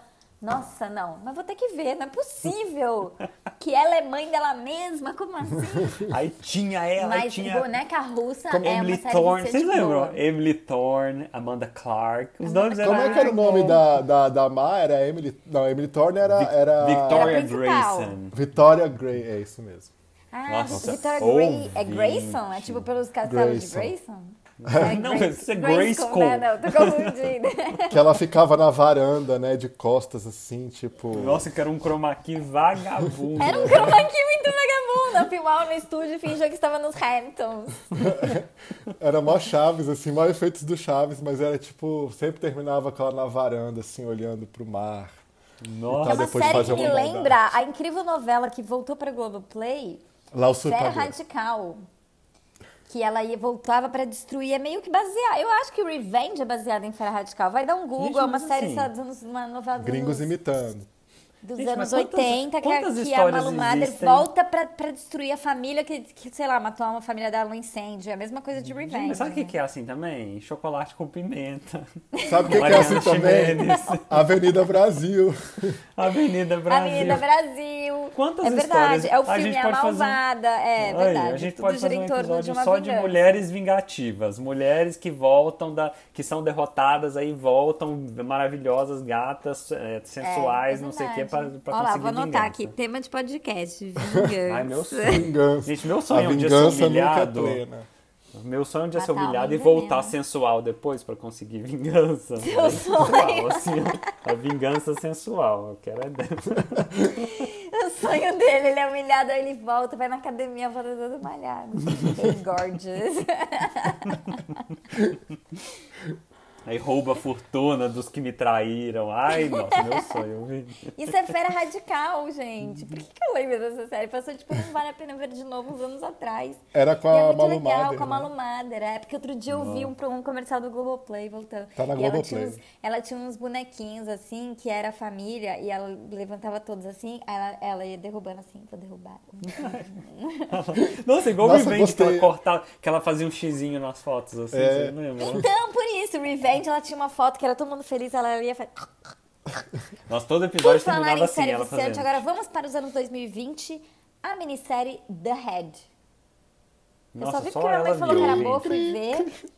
[SPEAKER 1] nossa, não, mas vou ter que ver, não é possível que ela é mãe dela mesma, como assim?
[SPEAKER 2] Aí tinha <laughs> ela, aí
[SPEAKER 1] Mas
[SPEAKER 2] tinha
[SPEAKER 1] boneca russa
[SPEAKER 2] como
[SPEAKER 1] é
[SPEAKER 2] Emily
[SPEAKER 1] uma série
[SPEAKER 2] Thorne.
[SPEAKER 1] viciante
[SPEAKER 2] Vocês lembram?
[SPEAKER 1] boa.
[SPEAKER 2] Emily Thorne, Amanda Clark. Os nomes eram.
[SPEAKER 3] Como é que era o nome da, da, da Ma? Era Emily. Não, Emily Thorne era.
[SPEAKER 2] Vic-
[SPEAKER 3] era...
[SPEAKER 2] Victoria
[SPEAKER 1] Era a principal.
[SPEAKER 2] Grayson.
[SPEAKER 3] Victoria Grey, é isso mesmo.
[SPEAKER 1] Ah,
[SPEAKER 2] Nossa,
[SPEAKER 1] Vitória Gray, é
[SPEAKER 2] ouvinte.
[SPEAKER 1] Grayson? É tipo pelos castelos de Grayson?
[SPEAKER 3] <laughs>
[SPEAKER 1] É
[SPEAKER 2] Não,
[SPEAKER 1] Grace-
[SPEAKER 2] isso é
[SPEAKER 1] Grayskull,
[SPEAKER 2] Grayskull.
[SPEAKER 1] né? Não, tô confundindo.
[SPEAKER 3] Que ela ficava na varanda, né? De costas, assim, tipo.
[SPEAKER 2] Nossa, que era um chroma key vagabundo.
[SPEAKER 1] Era um chroma key muito vagabundo. Filmava no estúdio e fingia que estava nos Hamptons.
[SPEAKER 3] Era mó Chaves, assim, mó efeitos do Chaves, mas era tipo. Sempre terminava com ela na varanda, assim, olhando pro mar.
[SPEAKER 1] É
[SPEAKER 3] Ah,
[SPEAKER 1] uma
[SPEAKER 2] Nossa.
[SPEAKER 3] depois
[SPEAKER 1] série
[SPEAKER 3] de
[SPEAKER 1] que
[SPEAKER 3] fazer
[SPEAKER 1] me
[SPEAKER 3] uma maldade.
[SPEAKER 1] lembra a incrível novela que voltou pra Globoplay,
[SPEAKER 3] Lá o
[SPEAKER 1] Fera
[SPEAKER 3] Surpador.
[SPEAKER 1] Radical. Que ela ia, voltava pra destruir, é meio que baseado. Eu acho que Revenge é baseada em Fera Radical. Vai dar um Google,
[SPEAKER 2] Gente,
[SPEAKER 1] é uma
[SPEAKER 2] mas
[SPEAKER 1] série,
[SPEAKER 2] assim,
[SPEAKER 1] só dos anos, uma novela dos anos
[SPEAKER 3] Gringos imitando.
[SPEAKER 1] dos
[SPEAKER 2] Gente,
[SPEAKER 1] anos
[SPEAKER 2] mas quantas-
[SPEAKER 1] 80, que, a-
[SPEAKER 2] quantas
[SPEAKER 1] que a
[SPEAKER 2] histórias
[SPEAKER 1] Malu Mader
[SPEAKER 2] existem?
[SPEAKER 1] volta pra, pra destruir a família que, que, sei lá, matou uma família dela no incêndio. É a mesma coisa de Revenge.
[SPEAKER 2] Mas sabe o que
[SPEAKER 1] né?
[SPEAKER 2] que é assim também? Chocolate com pimenta. <laughs>
[SPEAKER 3] Sabe o que, que é
[SPEAKER 2] Mariana
[SPEAKER 3] assim também?
[SPEAKER 2] Ximenes.
[SPEAKER 3] <laughs> Avenida Brasil.
[SPEAKER 2] Avenida Brasil.
[SPEAKER 1] Avenida Brasil.
[SPEAKER 2] Quantas
[SPEAKER 1] é verdade,
[SPEAKER 2] histórias
[SPEAKER 1] é o
[SPEAKER 2] a
[SPEAKER 1] filme
[SPEAKER 2] gente
[SPEAKER 1] É a
[SPEAKER 2] pode fazer um-
[SPEAKER 1] Malvada. É
[SPEAKER 2] Olha,
[SPEAKER 1] verdade.
[SPEAKER 2] a gente
[SPEAKER 1] Tudo
[SPEAKER 2] pode
[SPEAKER 1] gira
[SPEAKER 2] fazer
[SPEAKER 1] em
[SPEAKER 2] um
[SPEAKER 1] torno de
[SPEAKER 2] episódio
[SPEAKER 1] uma
[SPEAKER 2] só
[SPEAKER 1] vingança.
[SPEAKER 2] de mulheres vingativas, mulheres que voltam da, que são derrotadas aí voltam maravilhosas, gatas, eh,
[SPEAKER 1] É,
[SPEAKER 2] sensuais,
[SPEAKER 1] é
[SPEAKER 2] não sei o que
[SPEAKER 1] verdade.
[SPEAKER 2] para conseguir
[SPEAKER 1] Olha lá, vou anotar
[SPEAKER 2] vingança.
[SPEAKER 1] aqui. Tema de
[SPEAKER 2] <laughs>
[SPEAKER 1] podcast, vingança. <laughs>
[SPEAKER 2] Ai, meu sonho.
[SPEAKER 3] Vingança.
[SPEAKER 2] Gente, meu sonho é
[SPEAKER 3] A
[SPEAKER 2] um dia ser
[SPEAKER 3] vingança nunca é
[SPEAKER 2] humilhado.
[SPEAKER 3] plena.
[SPEAKER 2] Meu sonho é um dia ser
[SPEAKER 1] Matar
[SPEAKER 2] humilhado e
[SPEAKER 1] alguém
[SPEAKER 2] voltar
[SPEAKER 1] Ah, tá, veneno.
[SPEAKER 2] sensual depois pra conseguir <laughs> vingança.
[SPEAKER 1] Seu
[SPEAKER 2] Bem
[SPEAKER 1] sonho.
[SPEAKER 2] sensual, assim, ó. a vingança sensual. Eu quero é dessa.
[SPEAKER 1] O sonho dele, ele é humilhado, aí ele volta, vai na academia, volta todo
[SPEAKER 2] <laughs>
[SPEAKER 1] malhado. Hey, gorgeous.
[SPEAKER 2] Aí rouba a fortuna dos que me traíram. Ai, nossa, meu sonho.
[SPEAKER 1] Isso é fera radical, gente. Por que, que eu lembro dessa série? Passou, tipo, não vale a pena ver de novo uns anos atrás.
[SPEAKER 3] Era com
[SPEAKER 1] E é
[SPEAKER 3] a
[SPEAKER 1] muito
[SPEAKER 3] Malu
[SPEAKER 1] legal,
[SPEAKER 3] Mader,
[SPEAKER 1] com a
[SPEAKER 3] né?
[SPEAKER 1] Malu Mader. É, porque outro dia eu vi um, pro- um comercial do Globoplay voltando.
[SPEAKER 3] Tá na
[SPEAKER 1] E ela tinha,
[SPEAKER 3] Globoplay.
[SPEAKER 1] uns, ela tinha uns bonequinhos, assim, que era a família, e ela levantava todos assim, aí ela, ela ia derrubando assim, vou derrubar.
[SPEAKER 2] <laughs> Nossa, igual o
[SPEAKER 3] Nossa,
[SPEAKER 2] Revenge que ela
[SPEAKER 3] gostei.
[SPEAKER 2] cortava, que ela fazia um xizinho nas fotos, assim,
[SPEAKER 3] É.
[SPEAKER 2] você lembra?
[SPEAKER 1] Então, por isso, Revenge, ela tinha uma foto que era todo mundo feliz, ela ia fazer.
[SPEAKER 2] Nossa, todo episódio
[SPEAKER 1] Por falar
[SPEAKER 2] terminava
[SPEAKER 1] em
[SPEAKER 2] assim,
[SPEAKER 1] série
[SPEAKER 2] ela
[SPEAKER 1] viciante,
[SPEAKER 2] fazendo.
[SPEAKER 1] agora vamos para os anos 2020, a minissérie The Head. Eu
[SPEAKER 2] Nossa,
[SPEAKER 1] só vi porque minha mãe
[SPEAKER 2] ela
[SPEAKER 1] falou que
[SPEAKER 2] viu,
[SPEAKER 1] era
[SPEAKER 2] gente.
[SPEAKER 1] boa, fui ver.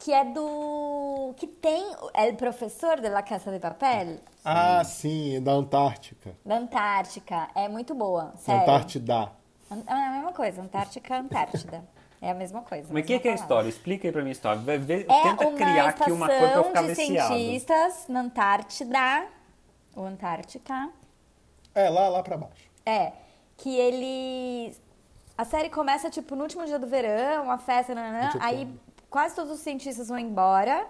[SPEAKER 1] Que é do. Que tem. É o professor de La Casa de Papel,
[SPEAKER 3] Ah, sim, da Antártica.
[SPEAKER 1] da Antártica. É muito boa, sério.
[SPEAKER 3] Antártida.
[SPEAKER 1] An- É a mesma coisa, Antártica, Antártida. É a mesma coisa.
[SPEAKER 2] Mas o que,
[SPEAKER 1] mesma
[SPEAKER 2] que é a
[SPEAKER 1] palavra.
[SPEAKER 2] história? Explica aí pra mim a história. Vai ver-
[SPEAKER 1] É
[SPEAKER 2] tenta
[SPEAKER 1] uma
[SPEAKER 2] criar aqui
[SPEAKER 1] estação
[SPEAKER 2] uma coisa pra eu ficar
[SPEAKER 1] de
[SPEAKER 2] viciado.
[SPEAKER 1] cientistas na Antártida, ou Antártica,
[SPEAKER 3] É, lá, lá pra baixo.
[SPEAKER 1] É, que ele. A série começa, tipo, no último dia do verão, uma festa, nananã, aí quase todos os cientistas vão embora.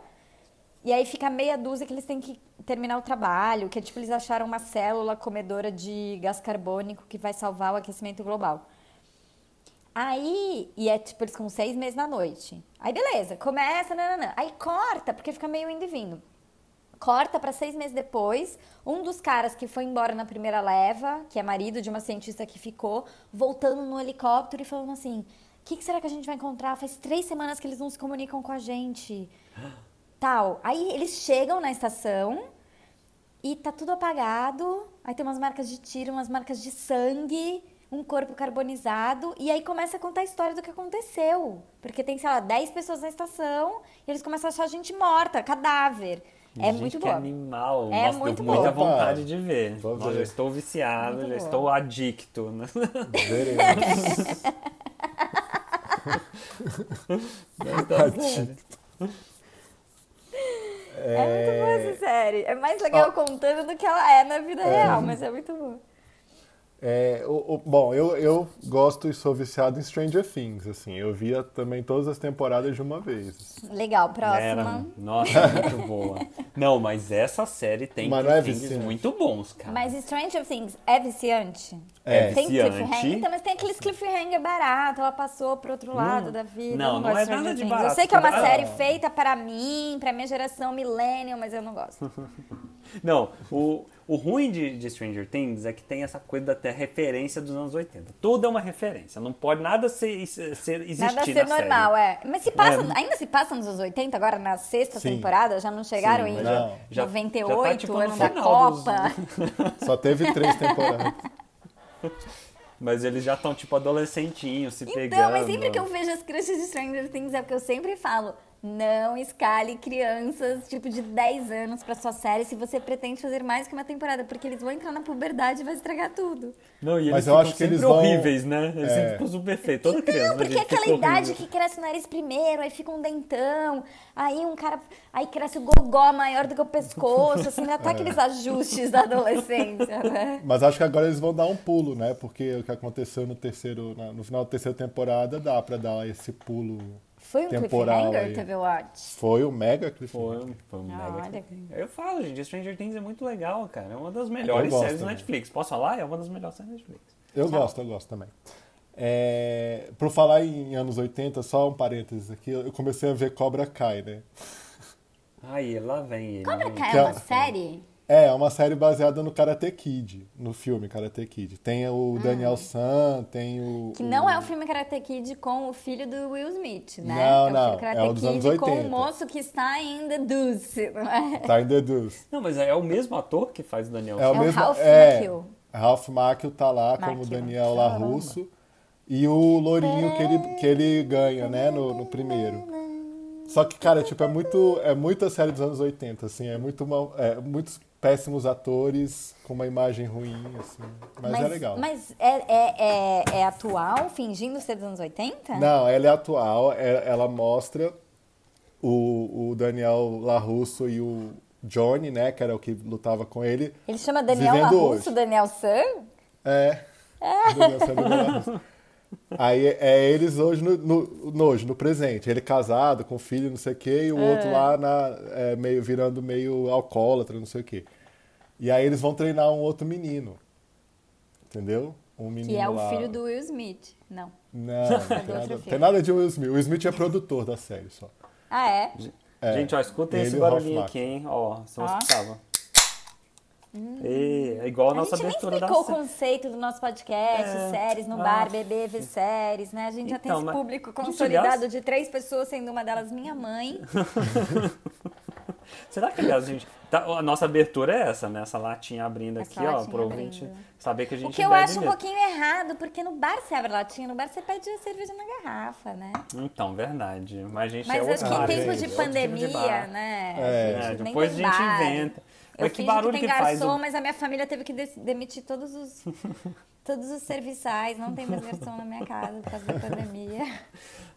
[SPEAKER 1] E aí fica meia dúzia que eles têm que terminar o trabalho, que é tipo eles acharam uma célula comedora de gás carbônico que vai salvar o aquecimento global. Aí, e é tipo eles com seis meses na noite. Aí beleza, começa, nananã. Aí corta, porque fica meio indo e vindo. Corta para seis meses depois, um dos caras que foi embora na primeira leva, que é marido de uma cientista que ficou, voltando no helicóptero e falando assim: o que, que será que a gente vai encontrar? Faz três semanas que eles não se comunicam com a gente tal. Aí eles chegam na estação e tá tudo apagado. Aí tem umas marcas de tiro, umas marcas de sangue, um corpo carbonizado. E aí começa a contar a história do que aconteceu. Porque tem, sei lá, 10 pessoas na estação e eles começam a achar gente morta, cadáver. É
[SPEAKER 2] Gente,
[SPEAKER 1] muito
[SPEAKER 2] que
[SPEAKER 1] bom.
[SPEAKER 2] animal.
[SPEAKER 1] É
[SPEAKER 2] Nossa,
[SPEAKER 1] muito
[SPEAKER 2] deu muita
[SPEAKER 3] bom.
[SPEAKER 2] vontade de ver.
[SPEAKER 3] Vou
[SPEAKER 2] Nossa,
[SPEAKER 3] ver.
[SPEAKER 2] já estou viciado,
[SPEAKER 1] Muito
[SPEAKER 2] já
[SPEAKER 1] bom.
[SPEAKER 2] estou adicto. <laughs>
[SPEAKER 3] Veremos.
[SPEAKER 1] É... muito boa essa série. É mais legal contando do que ela é na vida real, mas é muito bom.
[SPEAKER 3] <laughs> É, o- o- bom, eu, eu gosto e sou viciado em Stranger Things, assim. Eu via também todas as temporadas de uma vez. assim.
[SPEAKER 1] Legal, próxima.
[SPEAKER 2] Era, nossa, muito boa. Não, mas essa série tem
[SPEAKER 3] Mas não é
[SPEAKER 2] cliffhangers
[SPEAKER 3] viciante.
[SPEAKER 2] muito bons, cara.
[SPEAKER 1] Mas Stranger Things é viciante?
[SPEAKER 3] É.
[SPEAKER 1] Tem
[SPEAKER 2] Viciante.
[SPEAKER 1] cliffhanger? Então, mas tem aqueles cliffhanger barato, ela passou pro outro lado da vida. eu
[SPEAKER 2] não, não
[SPEAKER 1] gosto
[SPEAKER 2] é
[SPEAKER 1] Stranger
[SPEAKER 2] nada de
[SPEAKER 1] Things. Eu
[SPEAKER 2] barato,
[SPEAKER 1] sei que é uma
[SPEAKER 2] não.
[SPEAKER 1] série feita para mim, para minha geração millennial, mas eu não gosto.
[SPEAKER 2] Não, o, o ruim de, de Stranger Things é que tem essa coisa da ter referência dos anos 80. Tudo é uma referência, não pode nada ser, ser existir
[SPEAKER 1] nada a ser
[SPEAKER 2] na
[SPEAKER 1] normal,
[SPEAKER 2] série.
[SPEAKER 1] é. Mas se passa,
[SPEAKER 2] É.
[SPEAKER 1] ainda se passa nos anos 80, agora na sexta
[SPEAKER 3] Sim.
[SPEAKER 1] temporada, já não chegaram
[SPEAKER 2] Sim,
[SPEAKER 1] em
[SPEAKER 2] mas
[SPEAKER 3] já-
[SPEAKER 2] já-
[SPEAKER 1] 98,
[SPEAKER 2] já tá, tipo, no
[SPEAKER 1] ano da
[SPEAKER 2] final dos-
[SPEAKER 1] Copa.
[SPEAKER 3] Só teve três temporadas.
[SPEAKER 2] Mas eles já estão, tipo, adolescentinhos se pegando.
[SPEAKER 1] Então, mas sempre que eu vejo as crianças de Stranger Things é porque eu sempre falo. Não escale crianças, tipo, de 10 anos pra sua série se você pretende fazer mais que uma temporada, porque eles vão entrar na puberdade e vai estragar tudo.
[SPEAKER 2] Não, e eles
[SPEAKER 3] Mas eu
[SPEAKER 2] ficam
[SPEAKER 3] acho que
[SPEAKER 2] sempre
[SPEAKER 3] eles vão-
[SPEAKER 2] horríveis, né? Eles
[SPEAKER 3] É.
[SPEAKER 2] sempre ficam super feios. Toda criança.
[SPEAKER 1] Não, porque
[SPEAKER 2] gente,
[SPEAKER 1] é aquela
[SPEAKER 2] fica
[SPEAKER 1] idade
[SPEAKER 2] horrível.
[SPEAKER 1] que cresce o nariz primeiro, aí fica um dentão, aí um cara. Aí cresce o gogó maior do que o pescoço, assim,
[SPEAKER 3] <laughs>
[SPEAKER 1] ainda
[SPEAKER 3] É.
[SPEAKER 1] tá aqueles ajustes da adolescência, né?
[SPEAKER 3] Mas acho que agora eles vão dar um pulo, né? Porque o que aconteceu no terceiro, na- no final da terceira temporada dá pra dar esse pulo.
[SPEAKER 1] Foi um
[SPEAKER 3] Temporal
[SPEAKER 1] cliffhanger,
[SPEAKER 3] aí.
[SPEAKER 1] TV Watch.
[SPEAKER 3] Foi o mega cliffhanger.
[SPEAKER 2] Foi, foi um
[SPEAKER 1] Ah,
[SPEAKER 2] mega
[SPEAKER 1] olha.
[SPEAKER 2] cliffhanger. Eu falo, gente, Stranger Things é muito legal, cara. É uma das melhores
[SPEAKER 3] gosto
[SPEAKER 2] séries do
[SPEAKER 3] também.
[SPEAKER 2] Netflix. Posso falar? É uma das melhores séries do Netflix.
[SPEAKER 3] Eu
[SPEAKER 1] Tá.
[SPEAKER 3] gosto, eu gosto também. É, por falar em anos 80, só um parênteses aqui, eu comecei a ver Cobra Kai, né?
[SPEAKER 2] Aí, lá vem ele.
[SPEAKER 1] Cobra
[SPEAKER 2] né?
[SPEAKER 1] Kai é uma
[SPEAKER 3] Que-
[SPEAKER 1] série?
[SPEAKER 3] É, é uma série baseada no Karate Kid, no filme Karate Kid. Tem o Daniel San, tem o.
[SPEAKER 1] Ah. Que não
[SPEAKER 3] o-
[SPEAKER 1] é o filme Karate Kid com o filho do Will Smith, né?
[SPEAKER 3] Hum. Não,
[SPEAKER 1] é o
[SPEAKER 3] não,
[SPEAKER 1] filme Karate
[SPEAKER 3] é o dos
[SPEAKER 1] Kid
[SPEAKER 3] anos
[SPEAKER 1] com o
[SPEAKER 3] 80.
[SPEAKER 1] moço que está em The Deuce, <laughs> não é?
[SPEAKER 3] Tá em The Deuce.
[SPEAKER 2] Não, mas é o mesmo ator que faz o Daniel.
[SPEAKER 3] É o
[SPEAKER 1] É o
[SPEAKER 3] mesmo.
[SPEAKER 1] Ralph
[SPEAKER 3] é,
[SPEAKER 1] Macchio.
[SPEAKER 3] Ralph Macchio tá lá como
[SPEAKER 1] Macchio.
[SPEAKER 3] Daniel LaRusso. E o Lourinho que ele, que ele ganha, né, no, no primeiro. Só que, cara, tipo, é muito. É muita série dos anos 80, assim. É muito mal. É, muitos péssimos atores com uma imagem ruim, assim. Mas, é legal.
[SPEAKER 1] Mas é, é- é- é atual, fingindo ser dos anos 80?
[SPEAKER 3] Não, ela é atual, é- ela mostra o, o Daniel LaRusso e o Johnny, né, que era o que lutava com ele.
[SPEAKER 1] Ele chama Daniel
[SPEAKER 3] Vivendo
[SPEAKER 1] LaRusso,
[SPEAKER 3] hoje.
[SPEAKER 1] Daniel Sam?
[SPEAKER 3] É. Daniel San, Daniel LaRusso. Aí é eles hoje no, no- no- hoje, no presente. Ele casado, com filho, não sei o quê, e o outro lá na, é, meio, virando meio alcoólatra, não sei o quê. E aí eles vão treinar um outro menino. Entendeu? Um menino
[SPEAKER 1] Que é o
[SPEAKER 3] lá.
[SPEAKER 1] filho do Will Smith. Não.
[SPEAKER 3] Não,
[SPEAKER 1] <laughs>
[SPEAKER 3] não tem,
[SPEAKER 1] outro
[SPEAKER 3] nada,
[SPEAKER 1] filho.
[SPEAKER 3] tem nada de Will Smith. O Smith é produtor da série só. <laughs>
[SPEAKER 1] Ah, é?
[SPEAKER 3] É.
[SPEAKER 2] Gente, ó, escutem
[SPEAKER 3] Ele
[SPEAKER 2] esse
[SPEAKER 3] e o Ralph
[SPEAKER 2] barulhinho
[SPEAKER 3] Macchio.
[SPEAKER 2] aqui, hein? Ó, são os
[SPEAKER 1] Ó. Hum.
[SPEAKER 2] que estavam. E, é igual a
[SPEAKER 1] A
[SPEAKER 2] nossa
[SPEAKER 1] gente nem
[SPEAKER 2] abertura da
[SPEAKER 1] explicou o
[SPEAKER 2] série.
[SPEAKER 1] conceito do nosso podcast,
[SPEAKER 2] É.
[SPEAKER 1] séries no
[SPEAKER 2] Ah.
[SPEAKER 1] bar, bebê, vê séries, né? A gente já tem
[SPEAKER 2] Então,
[SPEAKER 1] esse
[SPEAKER 2] mas-
[SPEAKER 1] público
[SPEAKER 2] Gente,
[SPEAKER 1] consolidado
[SPEAKER 2] aliás-
[SPEAKER 1] de três pessoas, sendo uma delas minha mãe.
[SPEAKER 2] Será que, aliás, a gente. tá- a nossa abertura é essa, né? Essa latinha abrindo
[SPEAKER 1] Essa
[SPEAKER 2] aqui, ó,
[SPEAKER 1] latinha
[SPEAKER 2] pro ouvinte
[SPEAKER 1] abrindo.
[SPEAKER 2] saber que a gente
[SPEAKER 1] O que eu
[SPEAKER 2] bebe
[SPEAKER 1] acho um
[SPEAKER 2] mesmo.
[SPEAKER 1] pouquinho errado, porque no bar você abre latinha, no bar você pede a cerveja na garrafa, né?
[SPEAKER 2] Então, verdade. Mas a gente é
[SPEAKER 1] Mas acho
[SPEAKER 2] outro
[SPEAKER 1] que em
[SPEAKER 2] bar,
[SPEAKER 1] tempos
[SPEAKER 2] gente,
[SPEAKER 1] de
[SPEAKER 2] é outro tipo
[SPEAKER 1] pandemia,
[SPEAKER 2] de bar.
[SPEAKER 1] né?
[SPEAKER 3] É.
[SPEAKER 1] a
[SPEAKER 2] É,
[SPEAKER 1] gente nem
[SPEAKER 2] depois a
[SPEAKER 1] tem
[SPEAKER 2] gente
[SPEAKER 1] bar.
[SPEAKER 2] inventa.
[SPEAKER 1] Eu
[SPEAKER 2] Mas que
[SPEAKER 1] fingi
[SPEAKER 2] barulho
[SPEAKER 1] tem
[SPEAKER 2] que
[SPEAKER 1] garçom,
[SPEAKER 2] faz o-
[SPEAKER 1] mas a minha família teve que des- demitir todos
[SPEAKER 2] <laughs>
[SPEAKER 1] os, todos os serviçais. Não tem mais garçom na minha casa por causa da
[SPEAKER 2] <laughs>
[SPEAKER 1] pandemia.